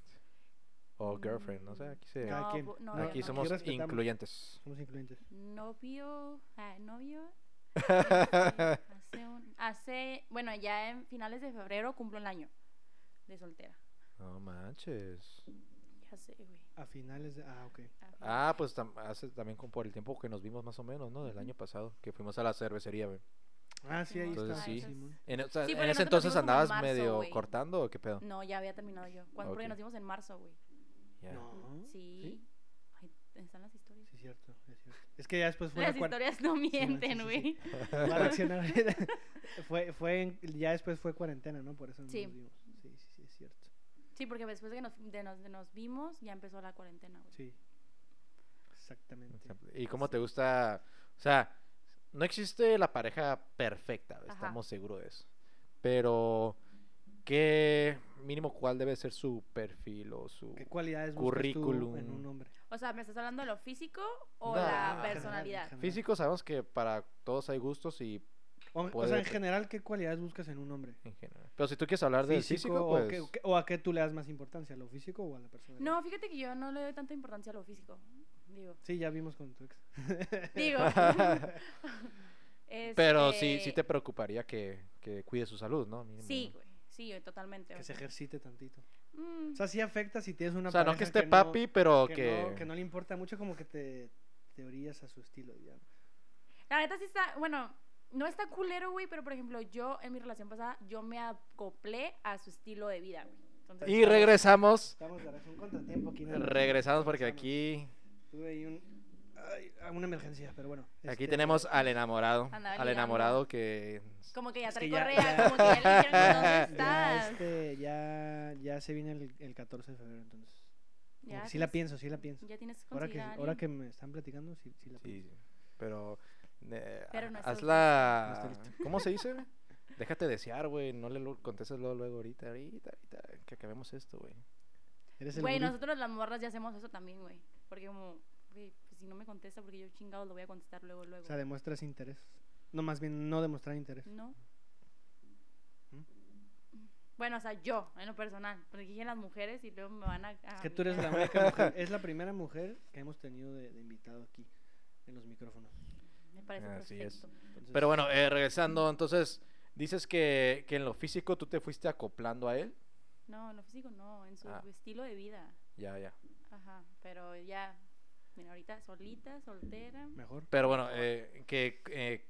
S1: O girlfriend, no sé, aquí se...
S2: Cada
S3: No,
S2: quien.
S3: bu- no,
S1: aquí
S3: no,
S1: somos
S2: Aquí respetamos. *laughs*
S1: incluyentes.
S2: Somos influentes.
S3: Novio. Ah, novio. Hace, un- hace- Bueno, ya en finales de febrero cumplo el año de soltera.
S1: No manches.
S3: Ya sé, güey.
S2: A finales de. Ah, ok.
S3: Ah,
S1: Ah, pues tam- hace también con- por el tiempo que nos vimos más o menos, ¿no? Del año pasado, que fuimos a la cervecería, güey.
S2: Ah, sí, ahí
S1: Entonces,
S2: está.
S1: sí.
S2: Simón.
S1: En, e, o sea,
S3: Sí,
S1: en
S3: porque
S1: ese
S3: nosotros
S1: entonces
S3: fuimos como en
S1: andabas
S3: marzo,
S1: medio
S3: güey.
S1: cortando o qué pedo.
S3: No, ya había terminado yo. ¿Cuándo? Porque
S1: Ok.
S3: nos vimos en marzo, güey.
S1: Ya.
S2: No.
S3: Sí.
S2: Ah, ¿Sí?
S3: Ay, están las historias.
S2: Sí, cierto, es cierto. Es que ya después fue
S3: Las
S2: la cuarentena.
S3: historias no mienten,
S2: sí,
S3: güey.
S2: sí. Va
S3: *laughs*
S2: a reaccionar. fue, fue en- ya después fue cuarentena, ¿no? Por eso no
S3: Sí.
S2: nos vimos. Sí, sí, sí, es cierto.
S3: Sí, porque después de que nos, de nos, de nos vimos, ya empezó la cuarentena, güey.
S2: Sí. Exactamente.
S1: ¿Y cómo te gusta? O sea, no existe la pareja perfecta, estamos seguros de eso. Pero, ¿qué mínimo cuál debe ser su perfil o su...
S2: ¿Qué cualidades buscas tú en
S1: Currículum.
S2: un hombre?
S3: O sea, ¿me estás hablando de lo físico o
S1: No, en
S3: la
S1: general, en
S3: personalidad?
S2: general.
S1: Físico sabemos que para todos hay gustos y
S2: O, o
S1: Puede
S2: sea, en
S1: ser.
S2: general, ¿qué cualidades buscas en un hombre?
S1: en general. Pero si tú quieres hablar del físico,
S2: o,
S1: pues...
S2: qué- qué- o a qué tú le das más importancia? ¿A lo físico o a la personalidad?
S3: No, fíjate que yo no le doy tanta importancia a lo físico. Digo.
S2: Sí, ya vimos con tu ex.
S3: Digo. *laughs* Este,
S1: Pero sí, sí te preocuparía que, que cuide su salud, ¿no? Mínimo,
S3: Sí,
S1: ¿no?
S3: güey. Sí, güey, totalmente.
S2: Que
S3: güey.
S2: se ejercite tantito.
S3: Mm,
S2: O sea, sí afecta si tienes una
S1: O sea, no
S2: pareja
S1: que esté papi, pero que...
S2: que, no, que no le importa mucho, como que te, te orillas a su estilo, digamos.
S3: La neta sí está, bueno, no está culero, güey, pero por ejemplo, yo en mi relación pasada, yo me acoplé a su estilo de vida, güey. Entonces,
S1: Y regresamos.
S2: Estamos darás un contratiempo aquí. ¿no?
S1: Regresamos porque
S2: Regresamos.
S1: aquí,
S2: Tuve ahí un, ay, una emergencia, pero bueno.
S1: aquí
S2: este,
S1: tenemos al enamorado.
S3: Andaba
S1: Al
S3: ligando.
S1: enamorado que...
S3: Como que ya
S2: Es
S3: trae
S2: que ya-
S3: correa,
S2: ya-
S3: como que ya le
S2: *laughs*
S3: dijeron, ¿dónde
S2: Ya,
S3: estás?
S2: este, ya, ya se viene el, el 14 de febrero, entonces. como
S3: Ya
S2: que sí la
S3: tienes-
S2: pienso, sí la pienso.
S3: Ya tienes que
S2: Ahora que,
S3: conseguir a
S2: ahora que
S3: alguien.
S2: me están platicando, sí, sí la
S1: Sí,
S2: pienso.
S1: sí, pero... eh,
S3: Pero no
S1: ha-
S3: estás
S1: hazla...
S2: listo. No estoy
S1: ¿Cómo se dice? güey? Déjate desear, güey. No le lo- contestes luego, luego, ahorita, ahorita, ahorita. Que acabemos esto, güey.
S2: Eres el
S3: Güey,
S2: gurú.
S3: nosotros las morras ya hacemos eso también, güey. Porque como, güey, pues si no me contesta, porque yo chingado lo voy a contestar luego, luego.
S2: O sea, demuestras interés. No, más bien no demostrar interés.
S3: ¿No?
S2: ¿Mm?
S3: Bueno, o sea, yo, en lo personal. Porque dije las mujeres y luego me van a. a
S2: Es que tú eres la
S3: humillar.
S2: única
S3: *laughs*
S2: mujer. Es la primera mujer que hemos tenido de, de invitado aquí en los micrófonos.
S3: Me parece
S1: Así es.
S3: perfecto.
S2: Entonces,
S1: Pero bueno, eh, regresando, entonces... Dices que, que en lo físico tú te fuiste acoplando a él.
S3: No, en lo físico no, en su
S1: Ah.
S3: estilo de vida.
S1: Ya, ya.
S3: Ajá, pero ya. Mira, ahorita solita, soltera.
S2: Mejor.
S1: Pero bueno, eh, que, eh,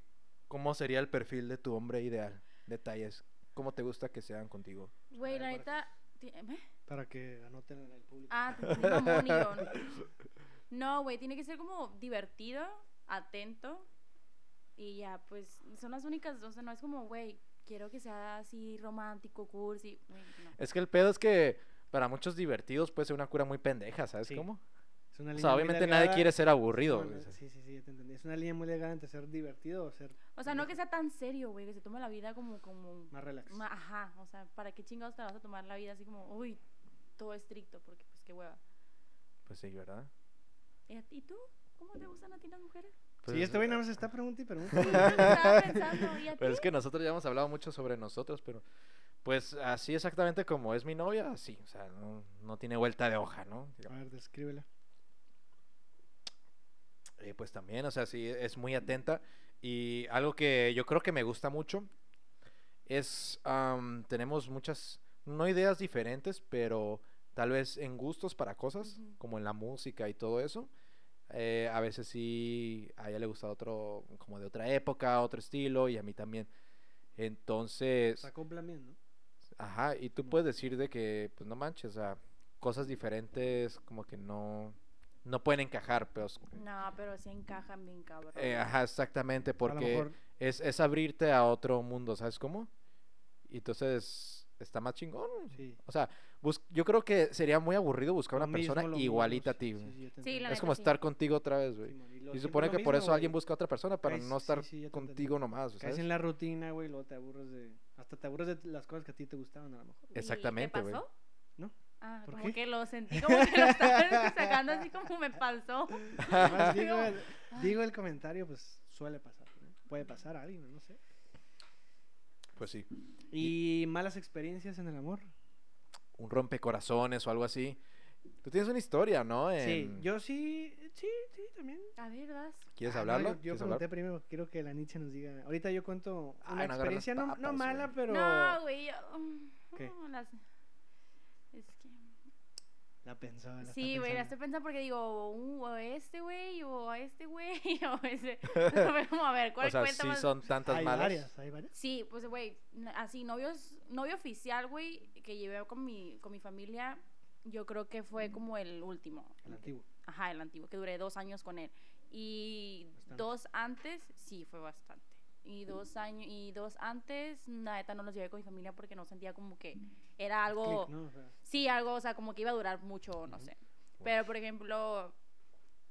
S1: ¿cómo sería el perfil de tu hombre ideal? Detalles. ¿Cómo te gusta que sean contigo?
S3: Güey,
S2: ver,
S3: la
S2: para-
S3: neta. ti- ¿eh?
S2: Para que anoten en el público.
S3: Ah, te entendí, mamón, y yo, No, güey, tiene que ser como divertido, atento. Y ya, pues, son las únicas. O sea, no es como, güey, quiero que sea así romántico, cursi. Güey, no.
S1: Es que el pedo es que para muchos divertidos puede ser una cura muy pendeja, ¿sabes
S2: Sí.
S1: cómo?
S2: Es una
S1: O
S2: línea
S1: sea,
S2: muy
S1: obviamente nadie
S2: delgada.
S1: quiere ser
S2: Es
S1: aburrido. pues,
S2: una-
S1: o sea.
S2: Sí, sí, sí, ya te entendí. Es una línea muy delgada entre ser divertido o ser
S3: O sea, no que sea tan serio, güey, que se tome la vida como. como
S2: más relax.
S3: ma- ajá, o sea, ¿para qué chingados te vas a tomar la vida así como, uy, todo estricto? Porque, pues, qué hueva.
S1: Pues sí, ¿verdad?
S3: ¿Y a ti- ¿Y tú? ¿Cómo te gustan a ti las mujeres? *laughs*
S1: Pues,
S2: sí, este
S1: *laughs*
S2: güey nada más está preguntando y
S3: Yo
S2: preguntando.
S3: estaba pensando, ¿y a ti?
S1: Pero es que nosotros ya hemos hablado mucho sobre nosotros, pero pues así exactamente como es mi novia, así. O sea, no, no tiene vuelta de hoja, ¿no?
S2: A ver, descríbela.
S1: Eh, pues también, o sea, sí, es muy atenta. Y algo que yo creo que me gusta mucho es, am, tenemos muchas, no ideas diferentes, pero tal vez en gustos para cosas,
S3: Ujú.
S1: como en la música y todo eso. Eh, a veces sí, a ella le gusta otro, como de otra época, otro estilo, y a mí también. Entonces,
S2: Se acopla bien, ¿no?
S1: ajá, y tú puedes decir de que, pues no manches, o sea, cosas diferentes como que no, no pueden encajar, pues, pero es-
S3: No, pero sí encajan bien, cabrón.
S1: eh, ajá, exactamente,
S2: A lo
S1: porque
S2: mejor
S1: es, es abrirte a otro mundo, ¿sabes cómo? Y entonces, está más chingón.
S2: Sí.
S1: O sea, bus- yo creo que sería muy aburrido buscar
S2: Lo
S1: una
S2: mismo,
S1: persona
S2: lo mismo,
S1: igualita a
S2: sí,
S1: ti.
S2: sí,
S1: güey.
S2: sí, yo te
S3: Sí,
S2: entiendo.
S3: la
S1: es como
S3: neta,
S1: estar
S3: sí.
S1: contigo otra vez, güey.
S2: Simón, lo-
S1: Y
S2: siempre
S1: supone
S2: lo
S1: que por
S2: mismo,
S1: eso alguien
S2: güey.
S1: busca a otra persona para
S2: Caes-
S1: no estar
S2: sí, sí, ya te
S1: contigo nomás,
S2: Caes
S1: ¿sabes?
S2: en la rutina, güey, luego te aburres de. Hasta te aburres de las cosas que a ti te gustaban, a lo
S1: *laughs*
S2: mejor.
S3: ¿Y
S1: Exactamente,
S3: ¿Te
S1: güey.
S3: pasó?
S2: ¿No?
S3: Ah,
S2: ¿Por
S3: como
S2: qué?
S3: que lo sentí como que lo estaban *laughs* sacando así como me pasó.
S2: Además,
S3: Digo,
S2: digo, el, digo el comentario, pues suele pasar. ¿no? Puede pasar a alguien, no sé.
S1: Pues sí.
S2: ¿Y malas experiencias en el amor?
S1: Un rompecorazones o algo así. Tú tienes una historia, ¿no?
S2: Sí,
S1: En-
S2: yo sí, sí, sí, también.
S3: A ver, das.
S1: ¿Quieres
S2: Ah, no,
S1: hablarlo?
S2: yo- yo
S1: ¿Quieres
S2: pregunté
S1: hablar?
S2: primero, quiero que la Nietzsche nos diga. Ahorita yo cuento
S1: Ay,
S2: una
S1: no agarras
S2: experiencia no, no
S1: papas,
S2: mala,
S1: güey.
S2: pero
S3: No, güey. yo-
S2: ¿Qué?
S3: no, las- Es que...
S2: la pensaba. Ah, la
S3: Sí,
S2: está
S3: güey, la estoy
S2: pensando.
S3: pensando porque digo, uh, o este güey, o a este güey, *laughs* o
S1: *laughs*
S3: ese. Pero como, a ver, ¿cuál
S1: O sea,
S3: cuenta
S1: sí
S3: más?
S1: son tantas
S2: Hay
S1: malas.
S2: varias, hay varias.
S3: Sí, pues, güey, n- así, novios, novio oficial, güey, que llevé con mi, con mi familia, yo creo que fue como el último.
S2: El antiguo.
S3: Ajá, el antiguo, que duré dos años con él. Y
S2: Bastante.
S3: dos antes, sí, fue bastante. Y dos años, y dos antes, la neta no los llevé con mi familia porque no sentía como que era algo...
S2: Click, ¿no? O sea,
S3: Sí, algo, o sea, como que iba a durar mucho, no sé. Pero, por ejemplo,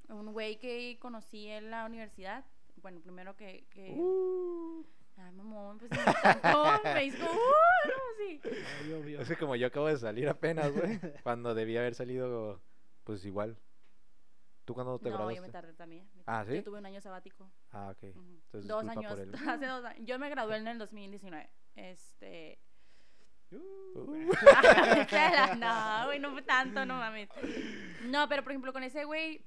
S3: un güey que conocí en la universidad, bueno, primero que... que...
S2: uh.
S3: Ay, mamón, pues me encantó, me hizo como, "Uh", no, sí.
S2: ay, *laughs* obvio.
S1: Es que como yo acabo de salir apenas,
S2: *laughs*
S1: güey. cuando debía haber salido, pues igual. ¿Tú cuándo te
S3: No, yo
S1: graduaste?
S3: me tardé también. me
S1: Ah,
S3: tardé.
S1: ¿sí?
S3: Yo tuve un año sabático.
S1: Ah, ok.
S3: ujú.
S1: Entonces,
S3: dos
S1: disculpa
S3: años,
S1: por el-
S3: *laughs* hace dos años. Yo me gradué en el 2019.
S1: *laughs*
S3: Este... *laughs* Mm.
S1: Uh.
S3: Espera, no, güey, no fue tanto, no mames. No, pero por ejemplo, con ese güey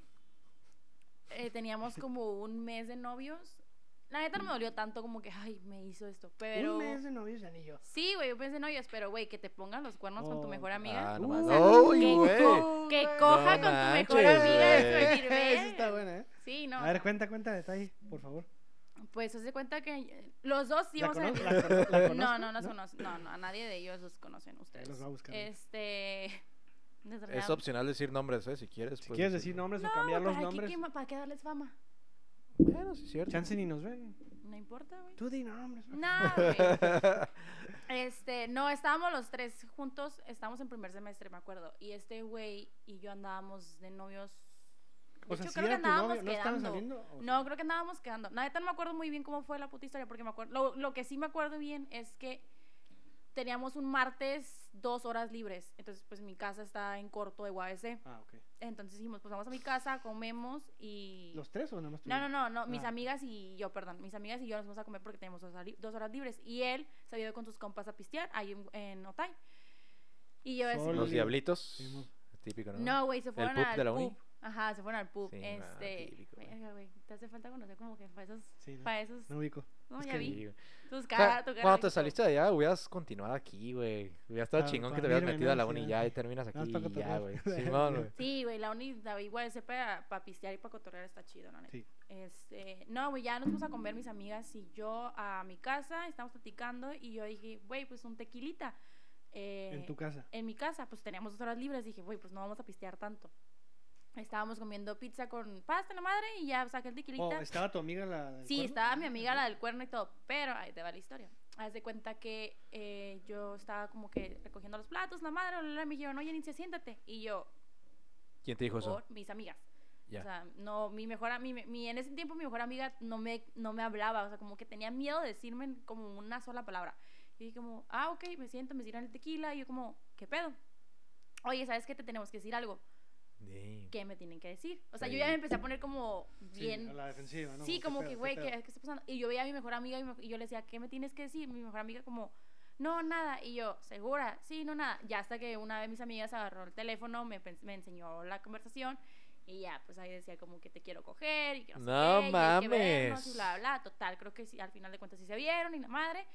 S3: eh, teníamos como un mes de novios. La neta no me dolió tanto como que, ay, me hizo esto. Pero.
S2: Un mes de novios ya ni yo.
S3: Sí, güey, un mes de novios, pero güey, que te pongan los cuernos con tu
S2: Oh,
S3: mejor amiga.
S1: Ah,
S2: Uh,
S1: no más.
S2: o sea,
S1: ¡Uy,
S3: que
S1: güey!
S3: co- que
S2: No
S3: coja con tu mejor
S1: manches,
S3: amiga.
S1: güey.
S3: eso es decir,
S2: *laughs* Esa está
S3: "Ven".
S2: buena, ¿eh?
S3: Sí, no.
S2: A ver,
S3: no.
S2: cuenta, cuenta detalle, por favor.
S3: Pues haz de cuenta que eh, los dos
S2: ¿La
S3: íbamos
S2: cono-
S3: a.
S2: la *laughs*
S1: *laughs*
S2: cono- la
S3: no,
S2: conozco?
S3: no los
S2: ¿No?
S3: conocen. No, no, a nadie de ellos los conocen ustedes.
S2: los voy a buscar.
S3: Este. *laughs*
S1: Es
S3: desordenado.
S1: opcional decir nombres, ¿eh? Si quieres.
S2: Si
S1: puedes
S2: quieres decir
S1: decirlo.
S2: nombres o
S3: No,
S2: cambiar los
S3: ¿para qué
S2: nombres,
S3: quema- ¿Para qué darles fama?
S1: Bueno, sí, es cierto. *laughs*
S2: chance ni nos ven.
S3: No importa, güey.
S2: Tú di nombres.
S3: No,
S2: *laughs*
S3: güey. Este, no, estábamos los tres juntos, estábamos en primer semestre, me acuerdo. Y este güey y yo andábamos de novios. De
S2: O sea, si
S3: hecho, creo que
S2: era tu
S3: andábamos
S2: novio, ¿no estaban
S3: quedando.
S2: saliendo? ¿O
S3: No,
S2: sí?
S3: creo que andábamos quedando. La neta no me acuerdo muy bien cómo fue la puta historia, porque me acuerdo. Lo, lo que sí me acuerdo bien es que teníamos un martes dos horas libres. Entonces, pues mi casa está en corto de UABC.
S2: Ah, ok.
S3: Entonces dijimos, pues vamos a mi casa, comemos y.
S2: ¿Los tres o nada más tú? y
S3: No,
S2: yo?
S3: no, no, no, mis
S2: Ah.
S3: amigas y yo, perdón, mis amigas y yo nos vamos a comer porque tenemos dos, horas li- dos horas libres. Y él se había ido con sus compas a pistear ahí en, en Otay. Y yo decía,
S2: Solo.
S1: Los diablitos.
S2: Simón.
S1: Típico, ¿no?
S3: no, güey, se fueron
S1: pub
S3: al
S1: de la uni?
S3: pub. Ajá, se fueron al pub.
S1: Sí, no,
S3: este,
S1: típico, güey.
S3: verga, güey, te hace falta conocer como que para esos,
S2: Sí, no.
S3: para esos,
S2: No ubico.
S3: no,
S2: es
S3: ya
S2: que-
S3: vi,
S1: Sí, güey.
S3: tus
S1: O sea,
S3: caras, tu cara.
S1: cuando
S3: de
S1: te
S3: que-
S1: saliste de allá, hubieras continuado aquí, güey. Hubiera estado
S2: Ah,
S1: chingón
S2: para
S1: que te hubieras
S2: mí, güey,
S1: metido a
S2: no,
S1: la
S2: sí,
S1: uni
S2: no.
S1: ya y terminas aquí
S2: Nada más para
S1: y ya,
S2: cotorrear.
S1: güey.
S2: *laughs* Sí,
S1: Simón,
S2: no.
S1: güey.
S3: Sí, güey, la uni, la- igual se para, para pistear y para cotorrear está chido, ¿no? neta.
S2: Sí.
S3: Este, no, güey, ya nos vamos a comer mis amigas y yo a mi casa, estamos platicando y yo dije, güey, pues un tequilita. eh,
S2: En tu casa.
S3: en mi casa, pues teníamos dos horas libres, dije, güey, pues no vamos a pistear tanto. Estábamos comiendo pizza con pasta en la madre y ya saqué el tequilita.
S2: Oh, ¿Estaba tu amiga la del
S3: Sí,
S2: cuerno? Ah,
S3: estaba mi amiga la del cuerno y todo, pero ahí te va la historia. Haz de cuenta que eh, yo estaba como que recogiendo los platos, la madre, bla, bla, bla, me dijeron, oye, Nietzsche, siéntate. Y yo,
S1: ¿Quién te dijo eso?
S3: por mis amigas. O
S1: Ya.
S3: sea, no, mi mejor mi, mi, en ese tiempo mi mejor amiga no me, no me hablaba, o sea, como que tenía miedo de decirme como una sola palabra. Y dije como, ah, ok, me siento, me sirven el tequila, y yo como, ¿qué pedo? Oye, ¿sabes qué? Te tenemos que decir algo.
S1: Damn.
S3: ¿Qué me tienen que decir? O sea,
S1: Sí.
S3: yo ya me empecé a poner como
S2: Sí,
S3: bien...
S2: a la defensiva, ¿no?
S3: Sí,
S2: ¿Qué
S3: como
S2: pedo,
S3: que,
S2: qué
S3: güey,
S2: pedo?
S3: ¿qué, qué está pasando? Y yo veía a mi mejor amiga y, me- y yo le decía, ¿qué me tienes que decir? Mi mejor amiga como, no, nada. Y yo, ¿segura? Sí, no, nada. Ya hasta que una de mis amigas agarró el teléfono, me, pen- me enseñó la conversación y ya, pues ahí decía como que te quiero coger y que no, sé
S1: No
S3: qué, y hay que vernos,
S1: mames.
S3: y bla, bla, bla. Total, creo que sí, al final de cuentas sí se vieron y la madre.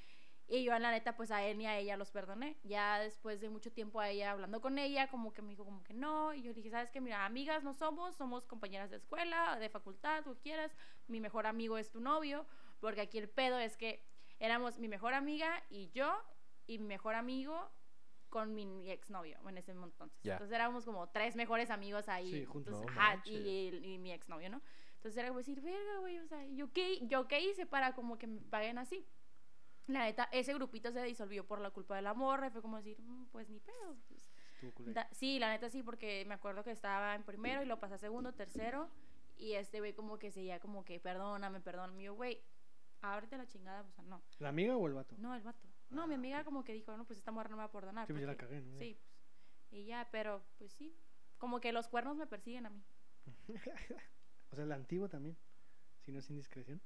S3: Y yo, la neta, pues a él ni a ella los perdoné. Ya después de mucho tiempo a ella hablando con ella, como que me dijo como que no. Y yo le dije, ¿sabes qué? Mira, amigas no somos, somos compañeras de escuela, de facultad, tú quieras. Mi mejor amigo es tu novio. Porque aquí el pedo es que éramos mi mejor amiga y yo y mi mejor amigo con mi exnovio en ese entonces.
S1: Ya.
S3: Entonces éramos como tres mejores amigos ahí.
S2: Sí, juntos.
S3: Entonces,
S1: No
S3: ajá,
S1: manches.
S3: y, el- y mi exnovio, ¿no? Entonces era como decir, verga, güey, o sea, ¿yo qué, ¿yo qué hice para como que me paguen así? La neta, ese grupito se disolvió por la culpa de la morra y fue como decir, "Mm, pues ni pedo. pues".
S2: Estuvo culero.
S3: Da- sí, la neta sí, porque me acuerdo que estaba en primero y lo pasé a segundo, tercero. Y este güey como que seguía como que, perdóname, perdóname. Y yo, güey, ábrete la chingada, o sea, no.
S2: ¿La amiga o el vato?
S3: No, el vato. No, mi amiga como que dijo, no, pues esta morra no me va a perdonar.
S2: Ah, Sí, pues yo la
S3: porque-
S2: cagué, ¿no?
S3: Sí, pues, Y ya, pero pues sí. Como que los cuernos me persiguen a mí.
S2: O sea, la antigua también. Si no es indiscreción.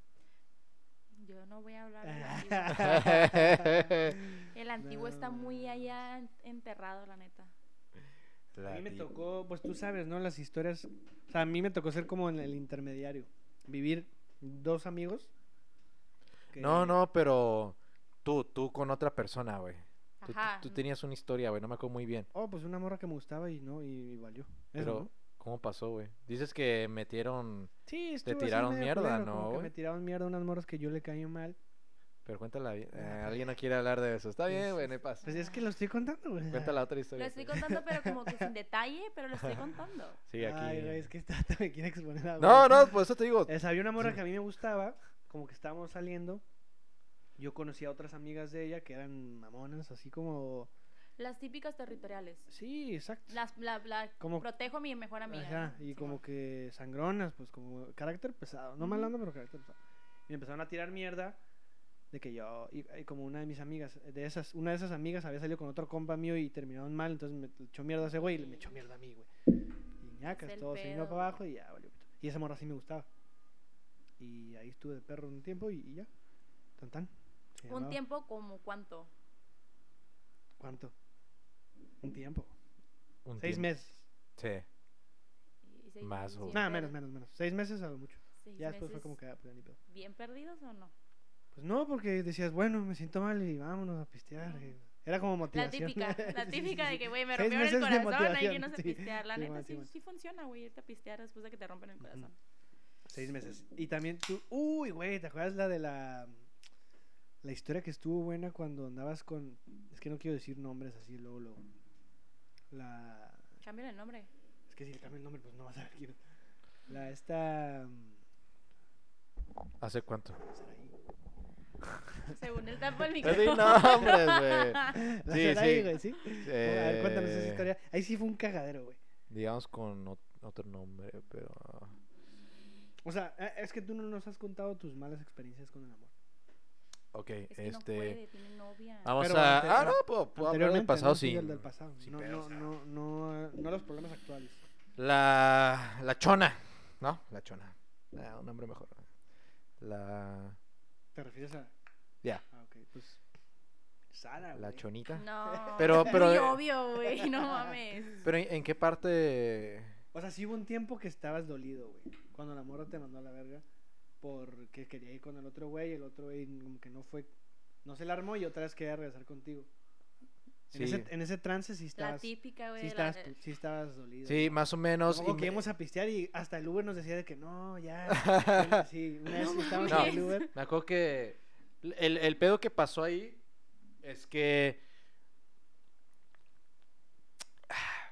S3: Yo no voy a hablar del
S2: *laughs*
S3: antiguo.
S2: a *laughs*
S3: El antiguo está
S2: No,
S3: muy allá en- enterrado, la neta.
S2: mí me tocó, pues tú sabes, ¿no? Las historias. O sea, a mí me tocó ser como en el intermediario. Vivir dos amigos. que-
S1: No, no, pero tú, tú con otra persona, güey. Tú, tú-
S3: Ajá.
S1: tú tenías una historia, güey, no me acuerdo muy bien.
S2: Oh, pues una morra que me gustaba y no, y, y valió. Eso,
S1: Pero,
S2: ¿no?
S1: ¿cómo pasó, güey? Dices que metieron...
S2: Sí,
S1: te
S2: estuvo así
S1: tiraron
S2: medio
S1: mierda,
S2: culero,
S1: ¿no,
S2: como que
S1: güey?
S2: me tiraron mierda unas morras que yo le caí mal.
S1: Pero cuéntala bien. Eh, alguien no quiere hablar de eso. Está
S2: Ah. Sí, sí,
S1: bien, güey, no pasa.
S2: Pues ah, es que lo estoy contando, güey.
S1: Cuéntala otra
S3: Lo
S1: historia.
S3: estoy
S1: güey.
S3: contando, pero como que
S1: *laughs*
S3: sin detalle, pero lo estoy contando.
S1: Sí, aquí.
S2: Ay, güey, es que esta esta *laughs* me quiere exponer a
S1: No,
S2: huevo.
S1: no, por eso te digo.
S2: Es, había una morra que a mí me gustaba, como que estábamos saliendo. Yo conocí a otras amigas de ella que eran mamonas, así como.
S3: Las típicas territoriales.
S2: Sí, exacto.
S3: Las, la, la-
S2: Como-
S3: protejo a mi mejor amiga.
S2: Ajá,
S3: ¿no?
S2: y
S3: Sí,
S2: como
S3: bueno.
S2: que sangronas, pues como carácter pesado. No mal
S3: Ujú.
S2: ando, pero carácter pesado. Y me empezaron a tirar mierda de que yo. Y, y como una de mis amigas, de esas, una de esas amigas había salido con otro compa mío y terminaron mal, entonces me echó mierda a ese güey y me echó mierda a mí, güey. Y ñacas,
S3: el
S2: todo se vino
S3: pedo,
S2: para
S3: güey.
S2: abajo y ya, valió. pito. Y esa morra sí me gustaba. Y ahí estuve de perro un tiempo y, y ya. Tan tan. Se
S3: Un
S2: llamaba.
S3: tiempo como cuánto.
S2: ¿Cuánto? Un tiempo.
S1: Un
S2: Seis
S1: tiempo.
S2: meses.
S1: Sí.
S3: Y seis
S1: Más,
S3: meses
S1: o-
S3: bien
S2: Nada, menos,
S3: perdidos.
S2: menos, menos. Seis meses a lo mucho.
S3: Seis
S2: Ya después fue
S3: meses
S2: como que, ah, pues ya ni pedo.
S3: ¿Bien perdidos o no?
S2: Pues no, porque decías, bueno, me siento mal y vámonos a pistear.
S3: Ajá.
S2: y- Era como
S3: La
S2: motivación. *laughs*
S3: típica, la
S2: Sí, sí,
S3: típica
S2: sí,
S3: de
S2: sí.
S3: que, güey, me
S2: Seis
S3: rompieron
S2: meses
S3: el
S2: de
S3: corazón, hay que
S2: motivación,
S3: no sé
S2: sí.
S3: pistear. La
S2: Sí,
S3: neta
S2: man, sí,
S3: sí,
S2: man.
S3: sí funciona, güey, irte a pistear después de que te rompen el
S2: Ujú.
S3: corazón.
S2: Seis meses. Y también tú, uy, güey, ¿te acuerdas la de la... La historia que estuvo buena cuando andabas con... Es que no quiero decir nombres así, luego, luego. La...
S3: Cambian el nombre.
S2: Es que si le cambio el nombre, pues no vas a ver quién es. La esta... mm, *laughs*
S1: ¿Hace cuánto?
S2: Saraí.
S3: Según el tapo del
S1: Así
S3: micrófono.
S2: *laughs*
S1: nombres, güey.
S2: La Saraí,
S1: Sí, sí. Eh.
S2: güey, ¿sí? A ver, cuéntanos esa historia. Ahí sí fue un cagadero, güey.
S1: Digamos con ot- otro nombre, pero...
S2: O sea, eh, es que tú no nos has contado tus malas experiencias con el amor.
S1: Ok,
S3: es que
S1: este...
S3: no puede, tiene novia.
S1: Vamos
S2: Pero
S1: a...
S2: ante-
S1: ah, no, puedo, puedo hablar del
S2: Anteriormente,
S1: pasado
S2: ¿no? Sí,
S1: sin...
S2: el del pasado.
S1: sin
S2: no,
S1: pedo,
S2: no,
S1: o sea.
S2: no, no, eh, no los problemas actuales.
S1: La... La chona. No, la chona. Ah, un nombre mejor. La...
S2: ¿Te refieres a...?
S1: Ya,
S2: Ah, ok, pues... Sara,
S1: la
S2: güey.
S1: chonita.
S3: No.
S1: Pero-
S3: es
S1: pero-
S3: Muy obvio, güey, no mames.
S1: Pero ¿en, en qué parte...?
S2: O sea, sí hubo un tiempo que estabas dolido, güey. Cuando la morra te mandó a la verga porque quería ir con el otro güey y el otro güey como que no fue... No se la armó y otra vez quería regresar contigo.
S1: Sí,
S2: En, ese, en ese trance sí
S3: La
S2: estabas...
S3: típica, güey.
S2: Sí
S3: de la-
S2: estabas, pu- sí estabas dolido.
S1: sí más o menos.
S2: Luego
S1: y
S2: que
S1: me-
S2: íbamos a pistear y hasta el Uber nos decía de que no, *laughs* ya. sí, una vez
S3: No
S2: estábamos en
S1: mames.
S2: el Uber.
S1: Me acuerdo que el, el pedo que pasó ahí es que... ah,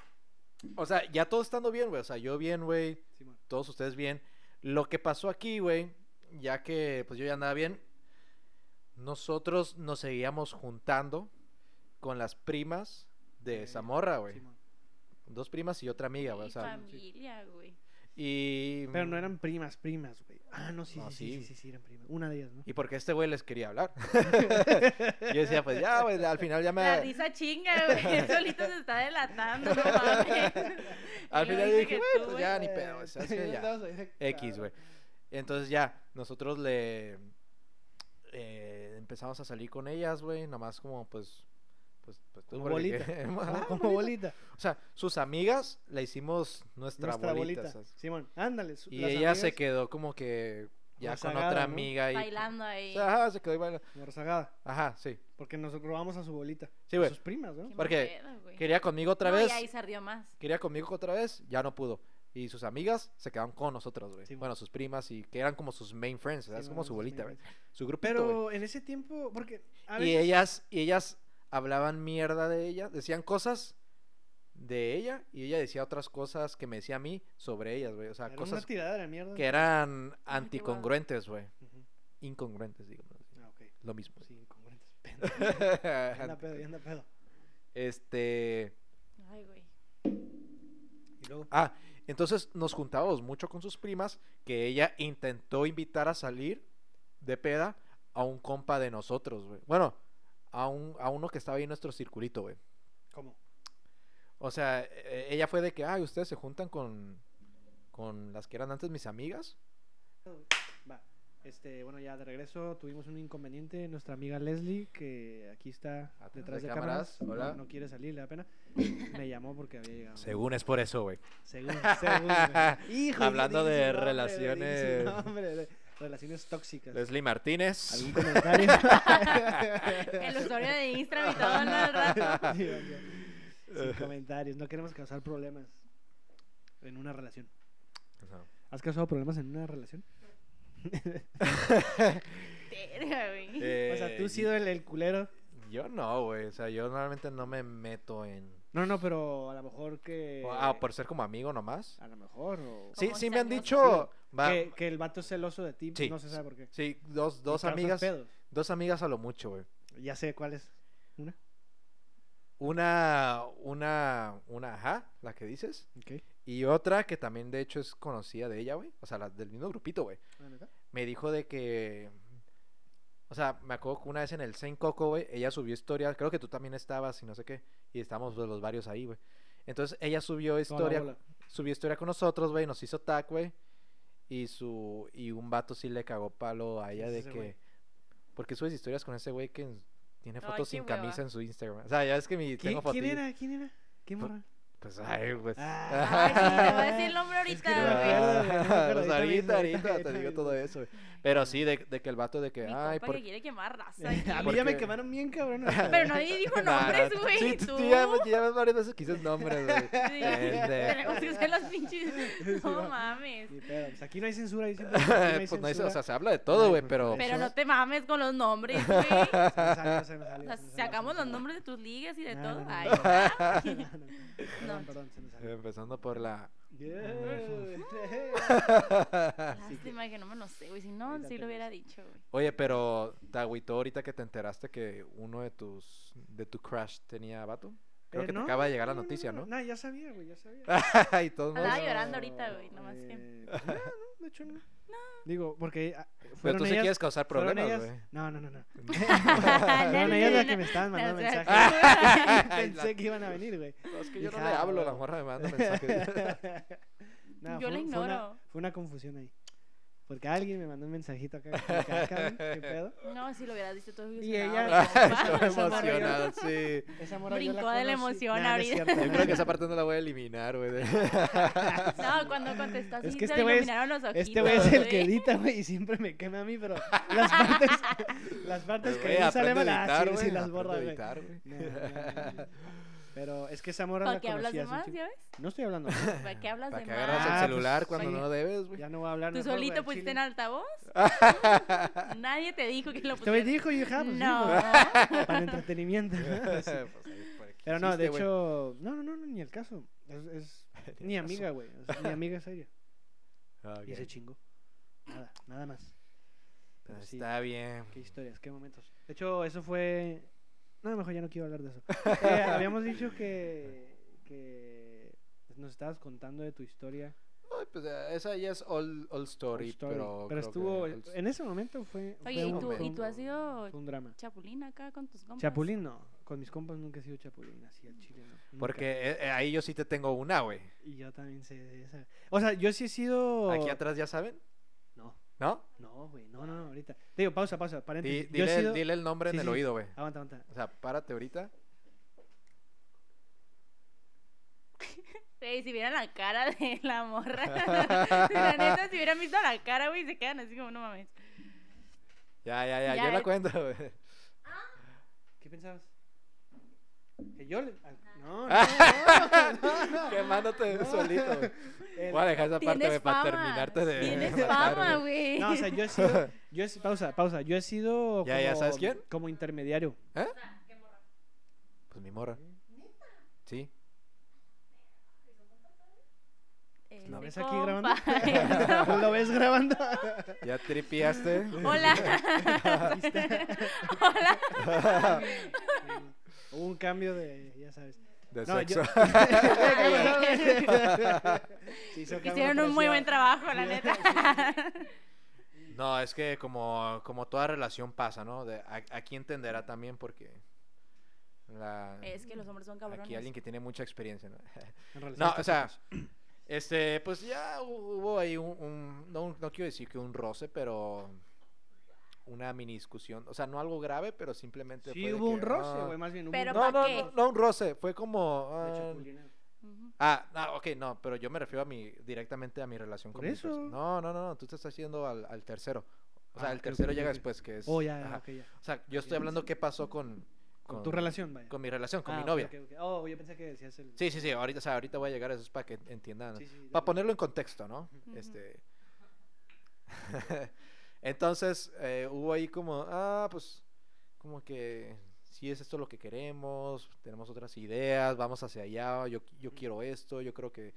S1: O sea, ya todo estando bien, güey. O sea, yo bien, güey.
S2: Simón.
S1: Todos ustedes bien. Lo que pasó aquí, güey, ya que pues yo ya andaba bien, nosotros nos seguíamos juntando con las primas de
S2: Ok.
S1: esa morra, güey.
S2: Simón.
S1: Dos primas y otra amiga, güey. O
S3: Mi
S1: sea,
S3: familia, güey.
S1: y...
S2: Pero no eran primas, primas, güey. Ah, no, sí,
S1: No,
S2: sí, sí,
S1: sí.
S2: sí, sí, sí, eran primas. Una de ellas, ¿no?
S1: Y porque este güey les
S2: *laughs*
S1: quería hablar. Yo decía,
S3: *laughs*
S1: pues *laughs* ya, güey, al final ya me...
S3: La risa chinga, güey. *laughs* él Solito se está delatando, no mames.
S1: Al final
S3: Y luego
S1: yo
S3: dice
S1: dije,
S3: que
S1: güey,
S3: tú,
S1: pues
S3: güey.
S1: ya, ni pedo,
S2: *laughs*
S1: güey, ¿sabes qué? Ya. X, güey. Entonces ya, nosotros le... eh, empezamos a salir con ellas, güey, nomás como pues... Pues, pues tú,
S2: Como
S1: porque- *laughs*
S2: Como,
S1: Ah,
S2: como
S1: bolita.
S2: bolita.
S1: O sea, sus amigas la hicimos nuestra,
S2: Nuestra
S1: bolita.
S2: bolita.
S1: ¿sabes?
S2: Simón, ándale. su-
S1: Y
S2: las
S1: ella se
S2: amigas,
S1: quedó como que ya
S2: Más
S1: con
S2: sagada,
S1: otra
S2: ¿no?
S1: amiga. Y,
S3: Bailando ahí.
S1: O sea, ajá, se quedó ahí bailando.
S2: como rezagada,
S1: Ajá, sí.
S2: Porque nos robamos a su bolita.
S1: Sí,
S2: a
S1: güey.
S2: Sus primas, ¿no?
S3: Qué
S1: porque
S3: mal pedo, güey.
S1: Quería conmigo otra
S3: No,
S1: vez.
S3: Y ahí se ardió más.
S1: quería conmigo otra vez, ya no pudo. Y sus amigas se quedaron con nosotros, güey.
S2: Sí, mo-
S1: bueno, sus primas y que eran como sus main friends, ¿verdad?
S2: Sí,
S1: Es
S2: no,
S1: como
S2: no,
S1: su
S2: sus
S1: bolita, güey.
S2: amigas.
S1: Su grupito, güey.
S2: Pero en ese tiempo, porque. A
S1: Y
S2: ver,
S1: ellas, y ellas hablaban mierda de ella, decían cosas de ella y ella decía otras cosas que me decía a mí sobre ellas, güey. O sea,
S2: era
S1: cosas
S2: una tirada de la mierda.
S1: que eran
S3: guau.
S2: Ah,
S1: anticongruentes, güey.
S2: Ujú.
S1: Incongruentes, digamos. así.
S2: Ah, ok.
S1: Lo mismo.
S2: Sí, incongruentes.
S1: *laughs*
S2: Ya *laughs* anda pedo, ya anda pedo.
S1: este.
S3: Ay, güey. *laughs*
S2: Y luego,
S1: Ah, entonces nos juntábamos mucho con sus primas, que ella intentó invitar a salir de peda a un compa de nosotros, güey. Bueno, a, un, a uno que estaba ahí en nuestro circulito, güey.
S2: ¿cómo?
S1: O sea, e- ella fue de que, ay, ustedes se juntan con, con las que eran antes mis amigas.
S2: Va. Este, bueno, ya de regreso tuvimos un inconveniente. Nuestra amiga Leslie, que aquí está
S1: Atrás
S2: detrás
S1: de
S2: de,
S1: cámaras,
S2: cámaras,
S1: hola.
S2: No, no quiere salir, le da pena. Me llamó porque había llegado.
S1: Según es por eso, güey.
S2: Según, según,
S1: *laughs*
S2: güey. Hijo,
S1: Hablando
S2: le
S1: de
S2: dice su nombre,
S1: relaciones-
S2: le dice su nombre, de relaciones tóxicas.
S1: Leslie
S2: *laughs*
S1: Martínez. *laughs*
S2: ¿Algún comentario?
S3: El usuario de
S2: *laughs*
S3: Instagram y todo, ¿no? El rato.
S2: Dios mío. Sin comentarios. No queremos causar problemas en una relación.
S1: Ajá.
S2: ¿Has causado problemas en una relación?
S3: Verga, güey.
S2: O sea, tú
S1: Eh,
S2: has sido el, el culero.
S1: Yo no, güey. O sea, yo normalmente no me meto en...
S2: No, no, pero a lo mejor que.
S1: Ah, por ser como amigo nomás.
S2: A lo mejor. O...
S1: Sí,
S3: Como
S1: sí me han
S3: celoso.
S1: dicho... va,
S2: ah, Que, que el vato es celoso de ti,
S1: Sí.
S2: no se sabe por qué.
S1: Sí, dos,
S2: Y
S1: dos
S2: causas
S1: amigas.
S2: pedos.
S1: Dos amigas a lo mucho, güey.
S2: Ya sé cuál es. ¿Una?
S1: Una, una, una, ajá, la que dices.
S2: Ok.
S1: Y otra que también, de hecho, es conocida de ella, güey. O sea, la del mismo grupito, güey.
S2: Ah, ¿neta?
S1: Me dijo de que. O sea, me acuerdo que una vez en el Saint Coco, güey, ella subió historias. Creo que tú también estabas y no sé qué. Y estábamos pues, los varios ahí, güey. Entonces ella subió
S2: Toda la
S1: historia,
S2: bola.
S1: subió historia con nosotros, güey. Nos hizo tag, güey. Y su y un vato sí le cagó palo a ella
S2: es
S1: de
S2: ese
S1: que.
S2: güey?
S1: ¿Por qué subes historias con ese güey que en- tiene
S3: Ay,
S1: fotos sin
S3: qué hueva.
S1: camisa en su Instagram? O sea, ya es que mi,
S2: ¿Qui-
S1: tengo fotos.
S2: ¿Quién era? ¿Quién era? ¿Qué
S1: Fue-
S2: morra?
S1: Pues, ay, pues.
S3: Ay, sí, te voy a decir el
S2: Ah,
S3: nombre
S2: es que no me
S3: ahorita, güey.
S2: acuerdo, güey, no me
S1: Ah,
S2: acuerdo,
S1: pues
S2: ahorita mismo,
S1: ahorita,
S2: ahorita
S1: ahorita te
S2: mismo.
S1: digo todo eso, güey. Pero sí, de, de que el vato de que,
S3: Mi
S1: ay,
S3: compa
S1: por...
S3: que quiere quemar
S1: *laughs*
S3: raza aquí.
S2: A mí
S1: ¿Por
S2: ya me
S1: qué?
S2: quemaron bien, cabrón.
S3: Pero nadie dijo
S1: Nah,
S3: nombres,
S1: nah,
S3: güey.
S1: Sí,
S3: ¿Tú?
S1: tú, tú ya, ya ves varias veces que dices nombres, güey.
S3: Sí.
S1: Pendejo.
S3: Tenemos que hacer los pinches.
S2: Este. Sí,
S3: No
S2: va.
S3: mames.
S2: Ni pedo, pues aquí no hay censura. ahí siempre- aquí no
S1: *laughs*
S2: hay
S1: pues no dice,
S2: censura.
S1: o sea, se habla de
S2: Ay,
S1: todo, güey,
S2: pues,
S1: pero...
S2: por
S3: Pero
S2: eso-
S3: no te mames con
S2: *laughs*
S3: los nombres, güey.
S2: Se me salió, se me salió,
S3: O sea,
S2: se me salió,
S3: sacamos
S2: se me
S3: los
S2: salió.
S3: nombres de tus ligas y de
S2: No, no,
S3: todo.
S2: no,
S3: Ay,
S2: no.
S3: ¿verdad?
S2: No, no, no. Perdón, perdón, se me salió.
S1: *laughs* Empezando por la... *laughs*
S2: Yeah.
S3: Lástima que no me lo sé, güey. Si no,
S2: Ahorita
S3: sí
S2: te
S3: lo hubiera
S2: lo
S3: dicho, güey.
S1: Oye, pero te agüitó ahorita que te enteraste que uno de tus... de tu crush tenía vato. Creo
S2: Eh,
S1: que
S2: no,
S1: te acaba de llegar la
S2: no, no,
S1: noticia, ¿no?
S2: No, ya sabía, güey, ya sabía.
S1: *laughs* y todos
S3: Andaba
S1: modos...
S3: Ay, llorando ahorita, güey, nomás que-
S2: Eh, pues, no, no, de hecho no. Digo, porque ah,
S1: Pero
S2: fueron
S1: tú sí
S2: ellas-
S1: quieres causar
S2: fueron
S1: problemas,
S2: ellas-
S1: güey.
S2: No, no, no, no.
S3: *laughs* No,
S2: Fueron
S3: no,
S2: ellas
S3: no,
S2: las que
S3: no.
S2: me estaban mandando
S3: No, o sea,
S2: mensajes.
S1: *laughs* Ay, la-
S2: Pensé que iban a venir,
S1: *laughs*
S2: güey.
S1: *laughs* No, es que yo no
S2: Hija,
S1: le hablo, la
S2: huevo.
S1: morra me manda
S2: *laughs*
S1: mensajes.
S2: No, fue-
S3: Yo la
S2: fue una-
S3: ignoro.
S2: Fue una confusión ahí. Porque alguien me mandó un mensajito acá. como que, ah, cabrón, ¿Qué
S1: *laughs*
S2: pedo?
S3: No, sí lo hubieras dicho todo.
S2: Y *laughs* ella-
S3: emocionado, güey,
S2: Estaba Esa
S1: Estoy
S3: compa.
S2: morra yo-
S1: emocionado, sí.
S2: Esa morra yo la
S3: Brincó de la
S2: conocí.
S3: emoción
S2: Nah, no es
S3: ahorita.
S2: cierto,
S1: Yo
S2: no,
S1: creo que
S2: no.
S1: esa parte no la voy a eliminar, güey. de-
S3: No, cuando contestó así,
S2: Es que
S3: se
S2: este
S3: le
S2: güey es-
S3: iluminaron los ojitos.
S2: Este güey es el que
S3: güey.
S2: edita, güey, y siempre me quema a mí, pero
S1: *laughs*
S2: las partes, las partes
S1: Güey,
S2: que no salen
S1: aprende
S2: mal,
S1: a editar,
S2: ah, sí,
S1: güey,
S2: sí las
S1: aprende
S2: borra,
S1: a
S2: güey.
S1: editar, güey.
S2: No, no, no, no. Pero es que esa morra
S3: ¿Para
S2: la
S3: qué hablas
S2: conocí
S3: de
S2: hace un
S3: más?
S2: chingo-
S3: ¿Ya ves?
S2: No estoy hablando.
S3: ¿Para qué
S1: *laughs*
S3: hablas
S1: Para
S3: de
S1: que agarras
S2: Ah,
S1: el
S3: más?
S1: celular
S2: pues,
S1: cuando
S2: oye,
S1: no debes, güey.
S2: Ya *laughs* no voy a hablar.
S3: ¿Tú
S2: mejor, güey,
S3: solito
S2: al
S3: pusiste
S2: chile.
S3: en altavoz? Nadie te dijo que lo
S2: Este güey
S3: pusieras.
S2: dijo, y yo, ja, pues, sí,
S3: No.
S1: *laughs*
S2: güey, para entretenimiento. ¿no? Sí.
S1: *laughs* Pues, ahí, ¿para qué
S2: Pero no, de
S1: hiciste, güey?
S2: hecho, no, no, no, no, ni el caso. Es, es
S1: Ni
S2: mi
S1: el caso.
S2: amiga, güey. Es mi amiga seria.
S1: Ah, *laughs* ok.
S2: Y ese chingo. Nada, nada más. Pero sí.
S1: Pues Está bien.
S2: Qué historias, qué momentos. De hecho, eso fue. No, mejor ya no quiero hablar de eso.
S1: *laughs*
S2: Eh, habíamos dicho que, que nos estabas contando de tu historia.
S1: Ay, pues, eh, esa ya es old, old story,
S2: old story,
S1: pero. creo que
S2: estuvo.
S1: old-
S2: En ese momento fue. fue
S3: Oye, ¿y
S2: un,
S3: tú,
S2: fue
S3: ¿y
S2: un-
S3: tú has sido
S2: fue un drama.
S3: chapulín acá con tus compas?
S2: Chapulín no. Con mis compas nunca he sido chapulín, así al chile no. Nunca.
S1: Porque eh, eh, ahí yo sí te tengo una, güey.
S2: Y yo también sé de esa. O sea, yo sí he sido.
S1: Aquí atrás ya saben,
S2: No,
S1: ¿no?
S2: no, güey. No, no, no, ahorita. Te digo, pausa, pausa.
S1: Di-
S2: Paréntesis. yo he
S1: dile,
S2: sido.
S1: dile el nombre
S2: Sí, Ah.
S1: en
S2: sí.
S1: el oído, güey.
S2: Aguanta, aguanta.
S1: O sea, párate ahorita.
S3: Güey, si vieran la cara de
S1: *laughs*
S3: la morra. la neta, si hubieran visto la cara, güey, se quedan así como, no mames.
S1: Ya, ya, ya,
S3: Ya,
S1: yo la
S3: eh.
S1: cuento,
S3: *laughs*
S1: güey.
S2: ¿Qué pensabas? Que yo le. ah,
S1: *laughs*
S2: No,
S1: Quemándote solito,
S3: *laughs*
S1: güey.
S2: El-
S1: Voy a dejar esa parte,
S3: Tienes
S1: güey, para
S3: fama.
S1: terminarte de.
S3: Tienes
S1: *laughs* matar,
S3: fama,
S1: güey.
S3: güey.
S2: No, o sea, yo he
S1: *laughs*
S2: sido. Yo he, si- pausa, pausa. Yo he sido.
S1: Ya, ya,
S2: como-
S1: ¿sabes quién?
S2: Como intermediario.
S1: Pues mi morra. Sí.
S3: Eh,
S1: No,
S3: sí,
S2: ves aquí grabando?
S3: *laughs* compa.
S2: ¿Lo ves grabando?
S1: ¿Ya tripiaste?
S3: *laughs*
S2: *laughs*
S3: Hola. Hola.
S2: Hubo un cambio de, ya sabes.
S1: De
S2: No, yo-
S1: sexo.
S2: *laughs* Se hizo acá
S3: Hicieron
S2: una
S3: un muy buen
S2: presión.
S3: trabajo, la neta.
S1: *laughs* No, es que como, como toda relación pasa, ¿no? De- a- aquí entenderá también porque... la-
S3: es que los hombres son cabrones.
S1: aquí alguien que tiene mucha experiencia, ¿no?
S2: En relación
S1: No,
S2: a
S1: o sea,
S2: tóxicos.
S1: este, pues ya hu- hubo ahí un, un- no, no quiero decir que un roce, pero una mini discusión, o sea, no algo grave, pero simplemente fue
S2: Sí,
S1: de
S2: hubo un
S1: que,
S2: roce,
S1: ah,
S2: güey, más bien. hubo
S3: Pero
S2: un
S1: No,
S3: ¿pa'
S1: no,
S3: qué?
S1: no, no un roce, fue como
S2: roce de
S1: ah,
S2: chapulineo.
S3: Ujú.
S1: ah, ah, ok, no, pero yo me refiero a mi directamente a mi relación
S2: Por
S1: con mi esposa.
S2: eso.
S1: No, no, no, no, tú te estás yendo al, al tercero. O sea,
S2: Ah,
S1: el
S2: ok,
S1: tercero
S2: ok,
S1: llega
S2: ok.
S1: después que es
S2: Oh, ya, ya,
S1: ajá.
S2: ok, ya.
S1: O sea, yo estoy hablando qué pasó con
S2: Con, tu relación, vaya.
S1: con mi relación, con
S2: Ah,
S1: mi
S2: ok,
S1: novia.
S2: ok, ok. Oh, yo pensé que decías el.
S1: Sí, sí, sí, ahorita, o sea, ahorita voy a llegar a eso es para que entiendan.
S2: Sí, sí, dale.
S1: Para ponerlo en contexto, ¿no?
S3: Ujú.
S1: Este. *laughs* Entonces, eh, hubo ahí como, ah, pues, como que si es esto lo que queremos, tenemos otras ideas, vamos hacia allá, yo, yo quiero esto, yo creo que.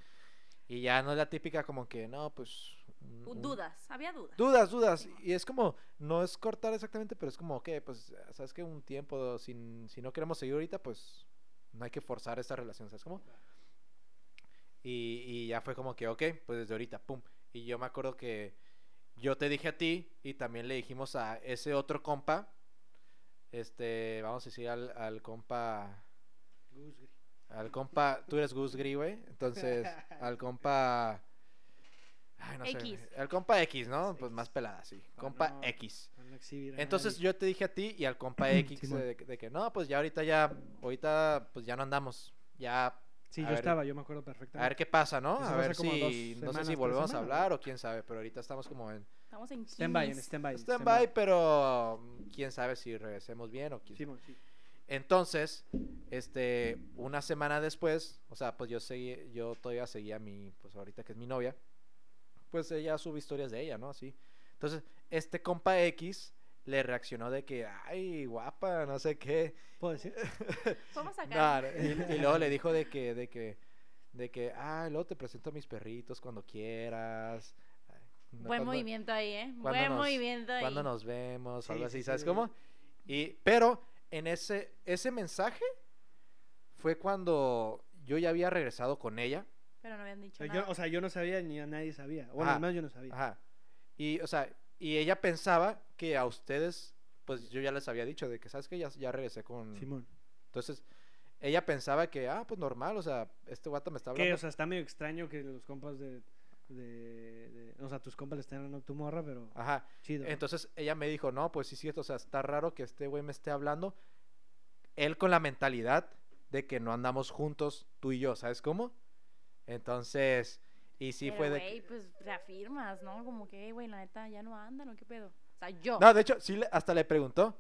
S1: Y ya no es la típica como que, no, pues. un-
S3: Uh,
S1: un-
S3: Dudas, había dudas.
S1: Dudas, dudas. Y es como, no es cortar exactamente, pero es como, ok, pues, sabes que un tiempo, sin, si no queremos seguir ahorita, pues, no hay que forzar esta relación, ¿sabes cómo? Y, y ya fue como que, ok, pues desde ahorita, pum. Y yo me acuerdo que yo te dije a ti y también le dijimos a ese otro compa, este, vamos a decir al, al compa,
S2: Goose Green.
S1: al compa, tú eres Gus Gris, güey,
S2: *laughs*
S1: entonces, al compa... Ay, no sé,
S3: X.
S1: güey, Al compa X, ¿no?
S2: Pues,
S1: Pues
S2: X.
S1: más pelada, sí.
S2: Ah,
S1: Compa
S2: no.
S1: X.
S2: Para no exhibir a
S1: Entonces
S2: nadie.
S1: yo te dije a ti y
S2: *clears throat*
S1: al compa X
S2: Simón.
S1: de, de que no, pues ya ahorita ya, ahorita pues ya no andamos. Ya
S2: Sí,
S1: a
S2: yo
S1: ver,
S2: estaba, yo me acuerdo
S1: a ver
S2: perfectamente.
S1: qué pasa, ¿no?
S2: Eso
S1: A
S2: fue
S1: ver
S2: hace como dos
S1: si no sé
S2: semanas,
S1: si
S2: tres
S1: volvemos a
S2: semanas,
S1: hablar
S2: ¿no?
S1: o quién sabe, pero ahorita estamos como en
S3: Estamos en
S2: Stand-by, en
S3: Kimis.
S2: stand-by. en
S1: stand-by, pero mm, quién sabe si regresemos bien o quién
S2: Simón, sí.
S1: Entonces, este, una semana después, o sea, pues yo seguí, yo todavía seguía a mi, pues ahorita que es mi novia, pues ella sube historias de ella, ¿no? Así. Entonces, este compa X le reaccionó de que, ay, guapa, no sé qué.
S2: ¿Puedo decir?
S3: Vamos a sacar.
S1: Nah, y, y luego le dijo de que, de que, de que, ah, luego te presento a mis perritos cuando quieras. Ay, no,
S3: Buen
S1: cuando-
S3: movimiento ahí, ¿eh?
S1: cuando
S3: Buen
S1: nos-
S3: movimiento ahí.
S1: cuando nos vemos, o algo
S2: Sí,
S1: así,
S2: sí,
S1: ¿sabes
S2: sí.
S1: cómo? Y, pero en ese, ese mensaje fue cuando yo ya había regresado con ella.
S3: Pero no habían dicho
S2: O sea,
S3: nada.
S2: yo, o sea, yo no sabía ni a nadie sabía. Bueno,
S1: Ajá.
S2: al menos yo no sabía.
S1: Ajá. Y, o sea, y ella pensaba que a ustedes, pues yo ya les había dicho de que, ¿sabes qué? Ya, ya regresé con...
S2: Simón.
S1: Entonces, ella pensaba que, ah, pues normal, o sea, este guato me está hablando.
S2: Que, o sea, está medio extraño que los compas de. de, de- o sea, tus compas le estén hablando a tu morra, pero.
S1: Ajá.
S2: chido. ¿no?
S1: Entonces ella me dijo, no, pues sí es cierto, o sea, está raro que este güey me esté hablando. Él con la mentalidad de que no andamos juntos, tú y yo, ¿sabes cómo? Entonces, y sí
S3: Pero,
S1: fue de... que-
S3: güey, pues reafirmas, ¿no? Como que, "Ey, güey, la neta ya no andan, ¿o qué pedo? O sea, yo.
S1: No, de hecho, sí, le- hasta le preguntó.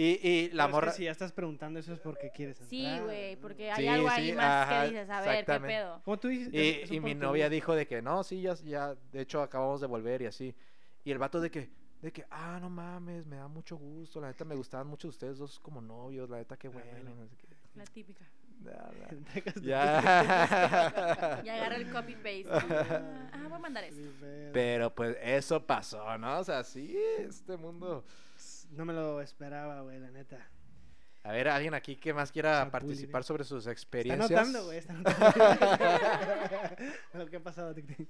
S1: Y, y
S2: Pero
S1: la
S2: es que
S1: morra...
S2: si ya estás preguntando eso es porque quieres entrar.
S3: sí, güey,
S2: ¿no?
S3: porque hay
S1: ah, mm, Sí,
S3: algo
S1: sí,
S3: ahí más
S1: ajá,
S3: que dices, a ver, qué
S1: exactamente.
S3: pedo.
S2: Como tú dices. es- es
S1: Y,
S2: un
S1: y mi
S2: punto
S1: novia
S2: muy-
S1: dijo de que no, sí, ya, ya, de hecho acabamos de volver y así. Y el vato de que, de que, ah, no mames, me da mucho gusto, la neta me gustaban mucho ustedes dos como novios, la neta qué bueno.
S2: Ah, bueno.
S1: no sé qué".
S3: La típica.
S1: Nah,
S2: *laughs*
S1: nah.
S2: Dejaste-
S3: *laughs*
S1: *laughs* Ya.
S3: Y agarra el copy paste.
S1: *laughs*
S3: Ah, ah, voy a mandar esto.
S2: Ni pedo.
S1: Pero pues eso pasó, ¿no? O sea, sí, este mundo.
S2: pues, No me lo esperaba, güey, la neta.
S1: A ver, alguien aquí que más quiera
S2: Chapulín.
S1: participar sobre sus
S2: Está
S1: experiencias.
S2: notando, güey. Está notando. *laughs* lo que ha pasado, Tic Tic.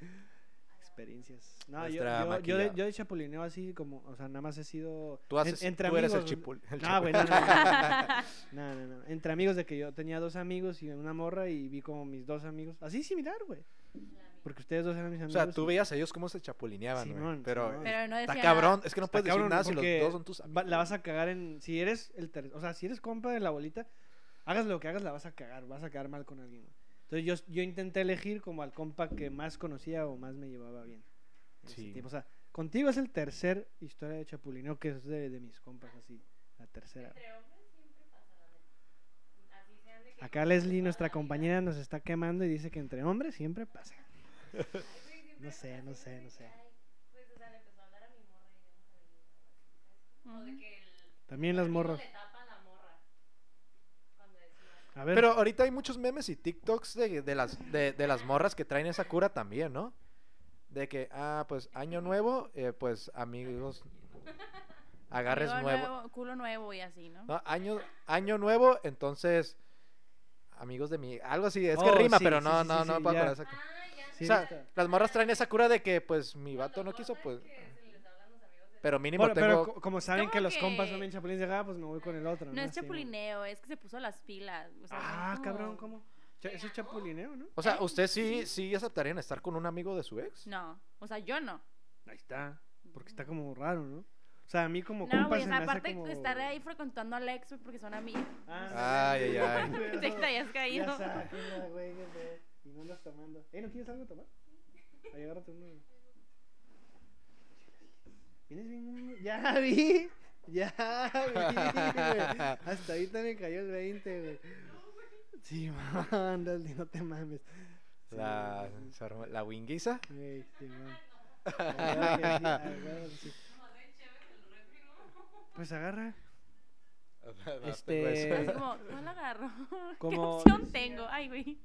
S2: Experiencias. No, yo,
S1: Nuestra
S2: yo, yo, de,
S1: maquillada.
S2: yo de chapulineo así como, o sea, nada más he sido.
S1: Tú, haces,
S2: en- entre
S1: tú eres el
S2: amigos,
S1: chipul. el
S2: No,
S1: chapul-
S2: güey, no, no,
S1: *laughs*
S2: no. No, no, no. Entre amigos de que yo tenía dos amigos y una morra y vi como mis dos amigos. Así similar, güey. Porque ustedes dos eran mis
S1: O
S2: amigos.
S1: sea, tú
S2: y-
S1: veías a ellos cómo se chapulineaban, güey.
S2: Simón,
S1: pero
S2: Simón.
S3: Pero no
S1: está
S3: decía nada.
S1: cabrón. Es que no
S2: Está
S1: puedes decir
S2: cabrón,
S1: nada si los
S2: porque
S1: dos son tus
S2: va-
S1: amigos.
S2: la vas a cagar en. Si eres el ter- O sea, si eres compa de la bolita, hagas lo que hagas, la vas a cagar. Vas a quedar mal con alguien, güey. Entonces yo, yo intenté elegir como al compa que más conocía o más me llevaba bien. en ese
S1: Sí.
S2: tipo. O sea, contigo es el tercer historia de Chapulineo que es de, de mis compas, así. La tercera. Acá Leslie, nuestra compañera, nos está quemando y dice que entre hombres siempre pasa. No sé, no sé, no sé. También las morras. A ver,
S1: Pero ahorita hay muchos memes y TikToks de, de las, de, de las morras que traen esa cura también, ¿no? de que, ah, pues año nuevo, eh, pues amigos, agarres
S3: Amigo
S1: nuevo.
S3: Culo nuevo y así, ¿no?
S1: No, año, año nuevo, entonces, amigos de mi, algo así, es que
S2: Oh,
S1: rima,
S2: sí,
S1: pero
S2: sí,
S1: no,
S2: sí,
S1: no,
S2: sí,
S1: no,
S2: sí,
S1: me puedo
S2: ya.
S1: acordar esa-
S4: Ah, ya.
S2: Sí,
S1: O sea,
S2: está.
S1: las morras traen esa cura de que, pues, mi vato no quiso, pues, pero mínimo
S2: Bueno, pero
S1: tengo...
S2: co- como saben
S3: Como
S2: que los
S3: que-
S2: compas son bien chapulines de acá, pues me voy con el otro.
S3: No es
S2: Así,
S3: chapulineo, es que se puso las pilas. o sea,
S2: Ah,
S3: es como-
S2: cabrón, ¿cómo? Cha- Eso es chapulineo, ¿no?
S1: O sea, ¿usted sí, sí aceptarían estar con un amigo de su ex?
S3: No, o sea, yo no.
S2: Ahí está. Porque está como raro, ¿no? O sea, a mí como
S3: No,
S2: compas
S3: güey, o
S2: se
S3: sea,
S2: me hace
S3: aparte
S2: como...
S3: estar ahí pues, frecuentando a Alex güey, porque son amigos.
S2: Ah,
S1: Ay, ay, ay.
S2: güey,
S3: *laughs* Te, te hayas caído.
S2: Ya sáquenla, güey, qué pedo. Y no andas tomando. ¿Eh, no quieres algo tomar? Ahí agárrate uno. Vienes bien. *laughs* Ya vi. Ya vi, güey. Hasta ahorita me cayó el 20, güey. Sí, *laughs* mándale, no te mames. Sí,
S1: La,
S2: güey,
S1: se armó- la winguiza.
S2: güey, sí, güey. A huevo que sí, a huevo que sí. Pues agarra.
S1: *laughs*
S3: Es
S2: Este-
S3: como, no la agarro. *laughs* ¿Qué
S2: Como
S3: opción
S2: decía-
S3: tengo? Ay, güey.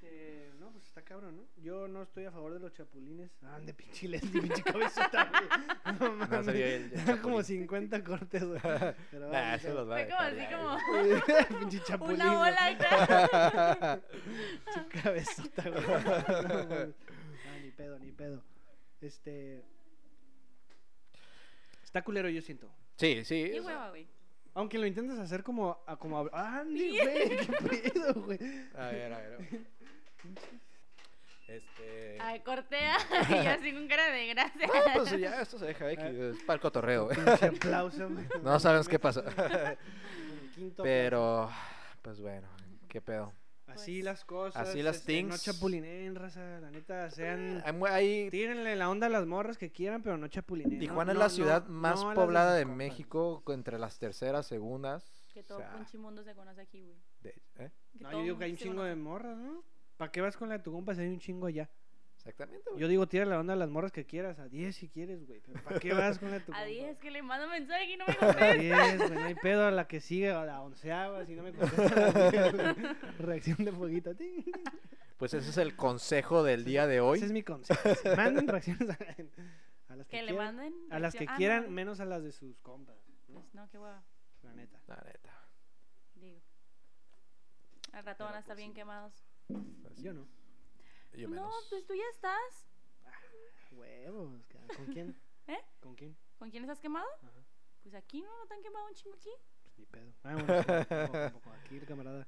S2: Este, no, pues está cabrón, ¿no? Yo no estoy a favor de los chapulines. Ande, pinche Leslie, pinche cabezota, güey. No mames.
S1: *laughs* No, sería el- el
S2: Eran como
S1: chapulín.
S2: 50 cortes, güey. Pero
S1: *laughs* Nah,
S2: vamos,
S1: eso los va a
S3: Fue como
S1: dejar
S3: así
S1: ya,
S3: como
S2: vamos. *laughs* pinche chapulín.
S3: una
S2: güey. *laughs*
S3: bola acá.
S2: Pinche cabezota, güey. No, mames. Ah, ni pedo, ni pedo. Este. Está culero, yo siento.
S1: *laughs* Sí, sí.
S3: Qué
S1: o sea,
S3: hueva, güey.
S2: Aunque lo intentas hacer como. A, como a- Andy, güey, qué pedo,
S3: *laughs*
S2: güey.
S1: A ver, a ver. Este.
S3: Ay, cortea. *laughs* Y yo así con cara de gracia.
S1: Ah, pues
S2: *laughs*
S1: ya, esto se deja
S2: Ah.
S1: X. Es para el cotorreo, güey.
S2: Pinche aplauso, güey.
S1: No sabemos qué
S2: mames.
S1: pasa.
S2: El quinto
S1: Pero, pues bueno, qué pedo.
S2: Así
S3: Pues,
S2: las cosas.
S1: así las
S2: este, No
S1: things.
S2: chapulinen, raza. La neta,
S3: eh,
S2: sean.
S1: Hay mu- Hay,
S2: Tírenle la onda a las morras que quieran, pero no chapulinen.
S1: Tijuana
S2: No,
S1: es la
S2: no,
S1: ciudad
S2: no,
S1: más
S2: no a las
S1: poblada
S2: sus
S1: de
S2: compas.
S1: México, entre las terceras, segundas.
S3: Que
S1: o
S3: todo
S1: sea,
S3: pinche mundo se conoce aquí, güey.
S1: de- ¿eh?
S3: Que
S2: No,
S3: todo
S2: yo digo que hay un
S3: mundo se
S2: chingo de
S3: conoce.
S2: morras, ¿no? ¿Para qué vas con la de tu compa si hay un chingo allá?
S1: Exactamente, güey.
S2: Yo digo, tira la onda a las morras que quieras, a 10 si quieres, güey. pero ¿Para
S3: *laughs*
S2: qué vas con la de tu compa?
S3: A 10 que le mando mensaje y no me
S2: A
S3: contesta.
S2: 10, güey. No hay pedo a la que sigue, a la onceava, si no me contestas. *laughs* Reacción de fueguito. *laughs* ting.
S1: Pues ese es el consejo del día de hoy.
S2: Ese es mi consejo. Manden reacciones a, a las *laughs* que,
S3: Que le
S2: quieran.
S3: manden.
S2: A las que
S3: Ah, no,
S2: quieran,
S3: no.
S2: menos a las de sus compas,
S3: Pues no, qué hueva.
S2: la neta.
S1: La neta.
S3: Digo. Al rato van a estar bien quemados.
S1: Así,
S2: pues Yo no.
S1: pues, yo
S3: no,
S1: menos.
S3: pues tú ya estás.
S2: Huevos, ca- ¿con quién?
S3: ¿Eh?
S2: ¿Con quién?
S3: ¿Con quién estás quemado?
S2: Ajá.
S3: Pues aquí no, no te han quemado un chingo aquí.
S2: Pues ni pedo. Ah, bueno, tampoco, tampoco. Aquí el camarada.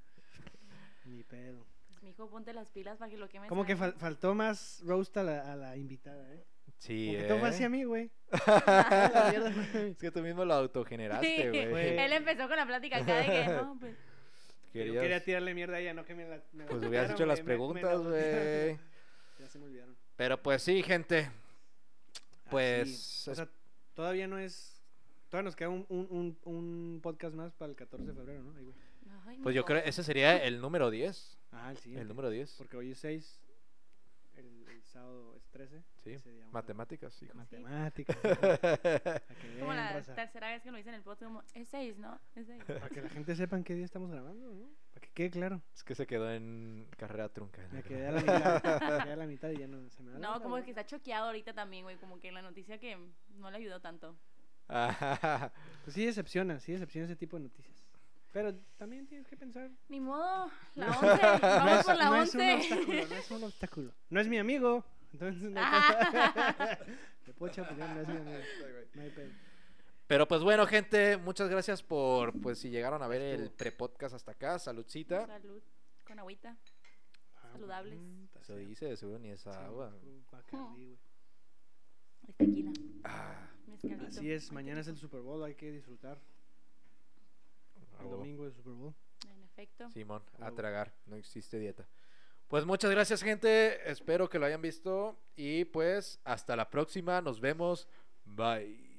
S2: Ni pedo.
S3: Pues mi hijo, ponte las pilas para que lo quemes.
S2: Como que
S3: antes. *laughs*
S2: fal- faltó más roast a la, a la invitada, ¿eh?
S1: Sí,
S2: Como que todo fue
S1: ¿eh?
S2: hacia mí,
S1: *laughs*
S2: güey.
S1: Es que tú mismo lo autogeneraste,
S3: Sí.
S1: güey.
S2: Fue-
S3: Él empezó con la plática acá
S2: *laughs*
S3: de que no, pues.
S2: Yo
S1: Querías-
S2: quería tirarle mierda a ella, no que me la. me la
S1: Pues
S2: tocaron,
S1: hubieras hecho las
S2: güey, me- me
S1: preguntas,
S2: la-
S1: güey.
S2: *laughs* ya se me olvidaron.
S1: Pero pues sí, gente. Pues,
S2: Así. O sea, todavía no es. Todavía nos queda un, un, un, un podcast más para el 14 de febrero, ¿no? Ahí, güey.
S3: Ay,
S1: Pues yo
S3: mijo.
S1: creo ese sería el número 10.
S2: Ah, el siguiente.
S1: El número 10.
S2: Porque hoy es 6. El, el sábado es 13.
S1: Sí.
S2: ese día vamos a-
S1: Matemáticas, hijo.
S3: *laughs*
S2: Matemáticas. hijo. Para que,
S3: Como
S2: vean,
S3: la
S2: raza.
S3: tercera vez que lo hice en el podcast, como, es seis, ¿no? Es seis.
S2: Para que la gente sepan qué día estamos grabando, ¿no? Para que quede claro.
S1: *laughs* Es que se quedó en carrera trunca.
S2: Me quedé a la mitad, me quedé a
S3: *laughs*
S2: la mitad y ya *laughs* no se me da la
S3: No, como
S2: onda,
S3: que está choqueado ahorita también, güey. Como que la noticia que no le ayudó tanto.
S1: Ajá.
S2: ¿no? Pues sí decepciona, sí decepciona ese tipo de noticias. Pero también tienes que pensar.
S3: Ni modo, la *laughs* once. *laughs* Vamos por la
S2: no es un
S3: *laughs*
S2: obstáculo, no
S3: once.
S2: es un obstáculo. No es mi amigo, entonces no *laughs*
S3: Ah.
S2: puedo- Le puedo chapulear, no es mi amigo. No hay pedo.
S1: *laughs* Pero pues bueno, gente, muchas gracias por pues si llegaron a ver el prepodcast hasta acá, saludcita.
S3: Salud, con agüita.
S2: Ah,
S3: Saludables.
S2: puta
S1: Se
S2: sea.
S1: dice de seguro ni esa
S2: Sí,
S1: agua.
S2: un Bacardí, güey.
S3: Es tequila.
S1: Ah,
S3: mezcalito.
S2: Así es, mañana es el Super Bowl, hay que disfrutar. El
S1: agua.
S2: domingo es Super Bowl.
S3: En efecto.
S1: Simón, a
S2: Huevo.
S1: tragar, no existe dieta. Pues muchas gracias, gente. Espero que lo hayan visto. Y pues hasta la próxima. Nos vemos. Bye.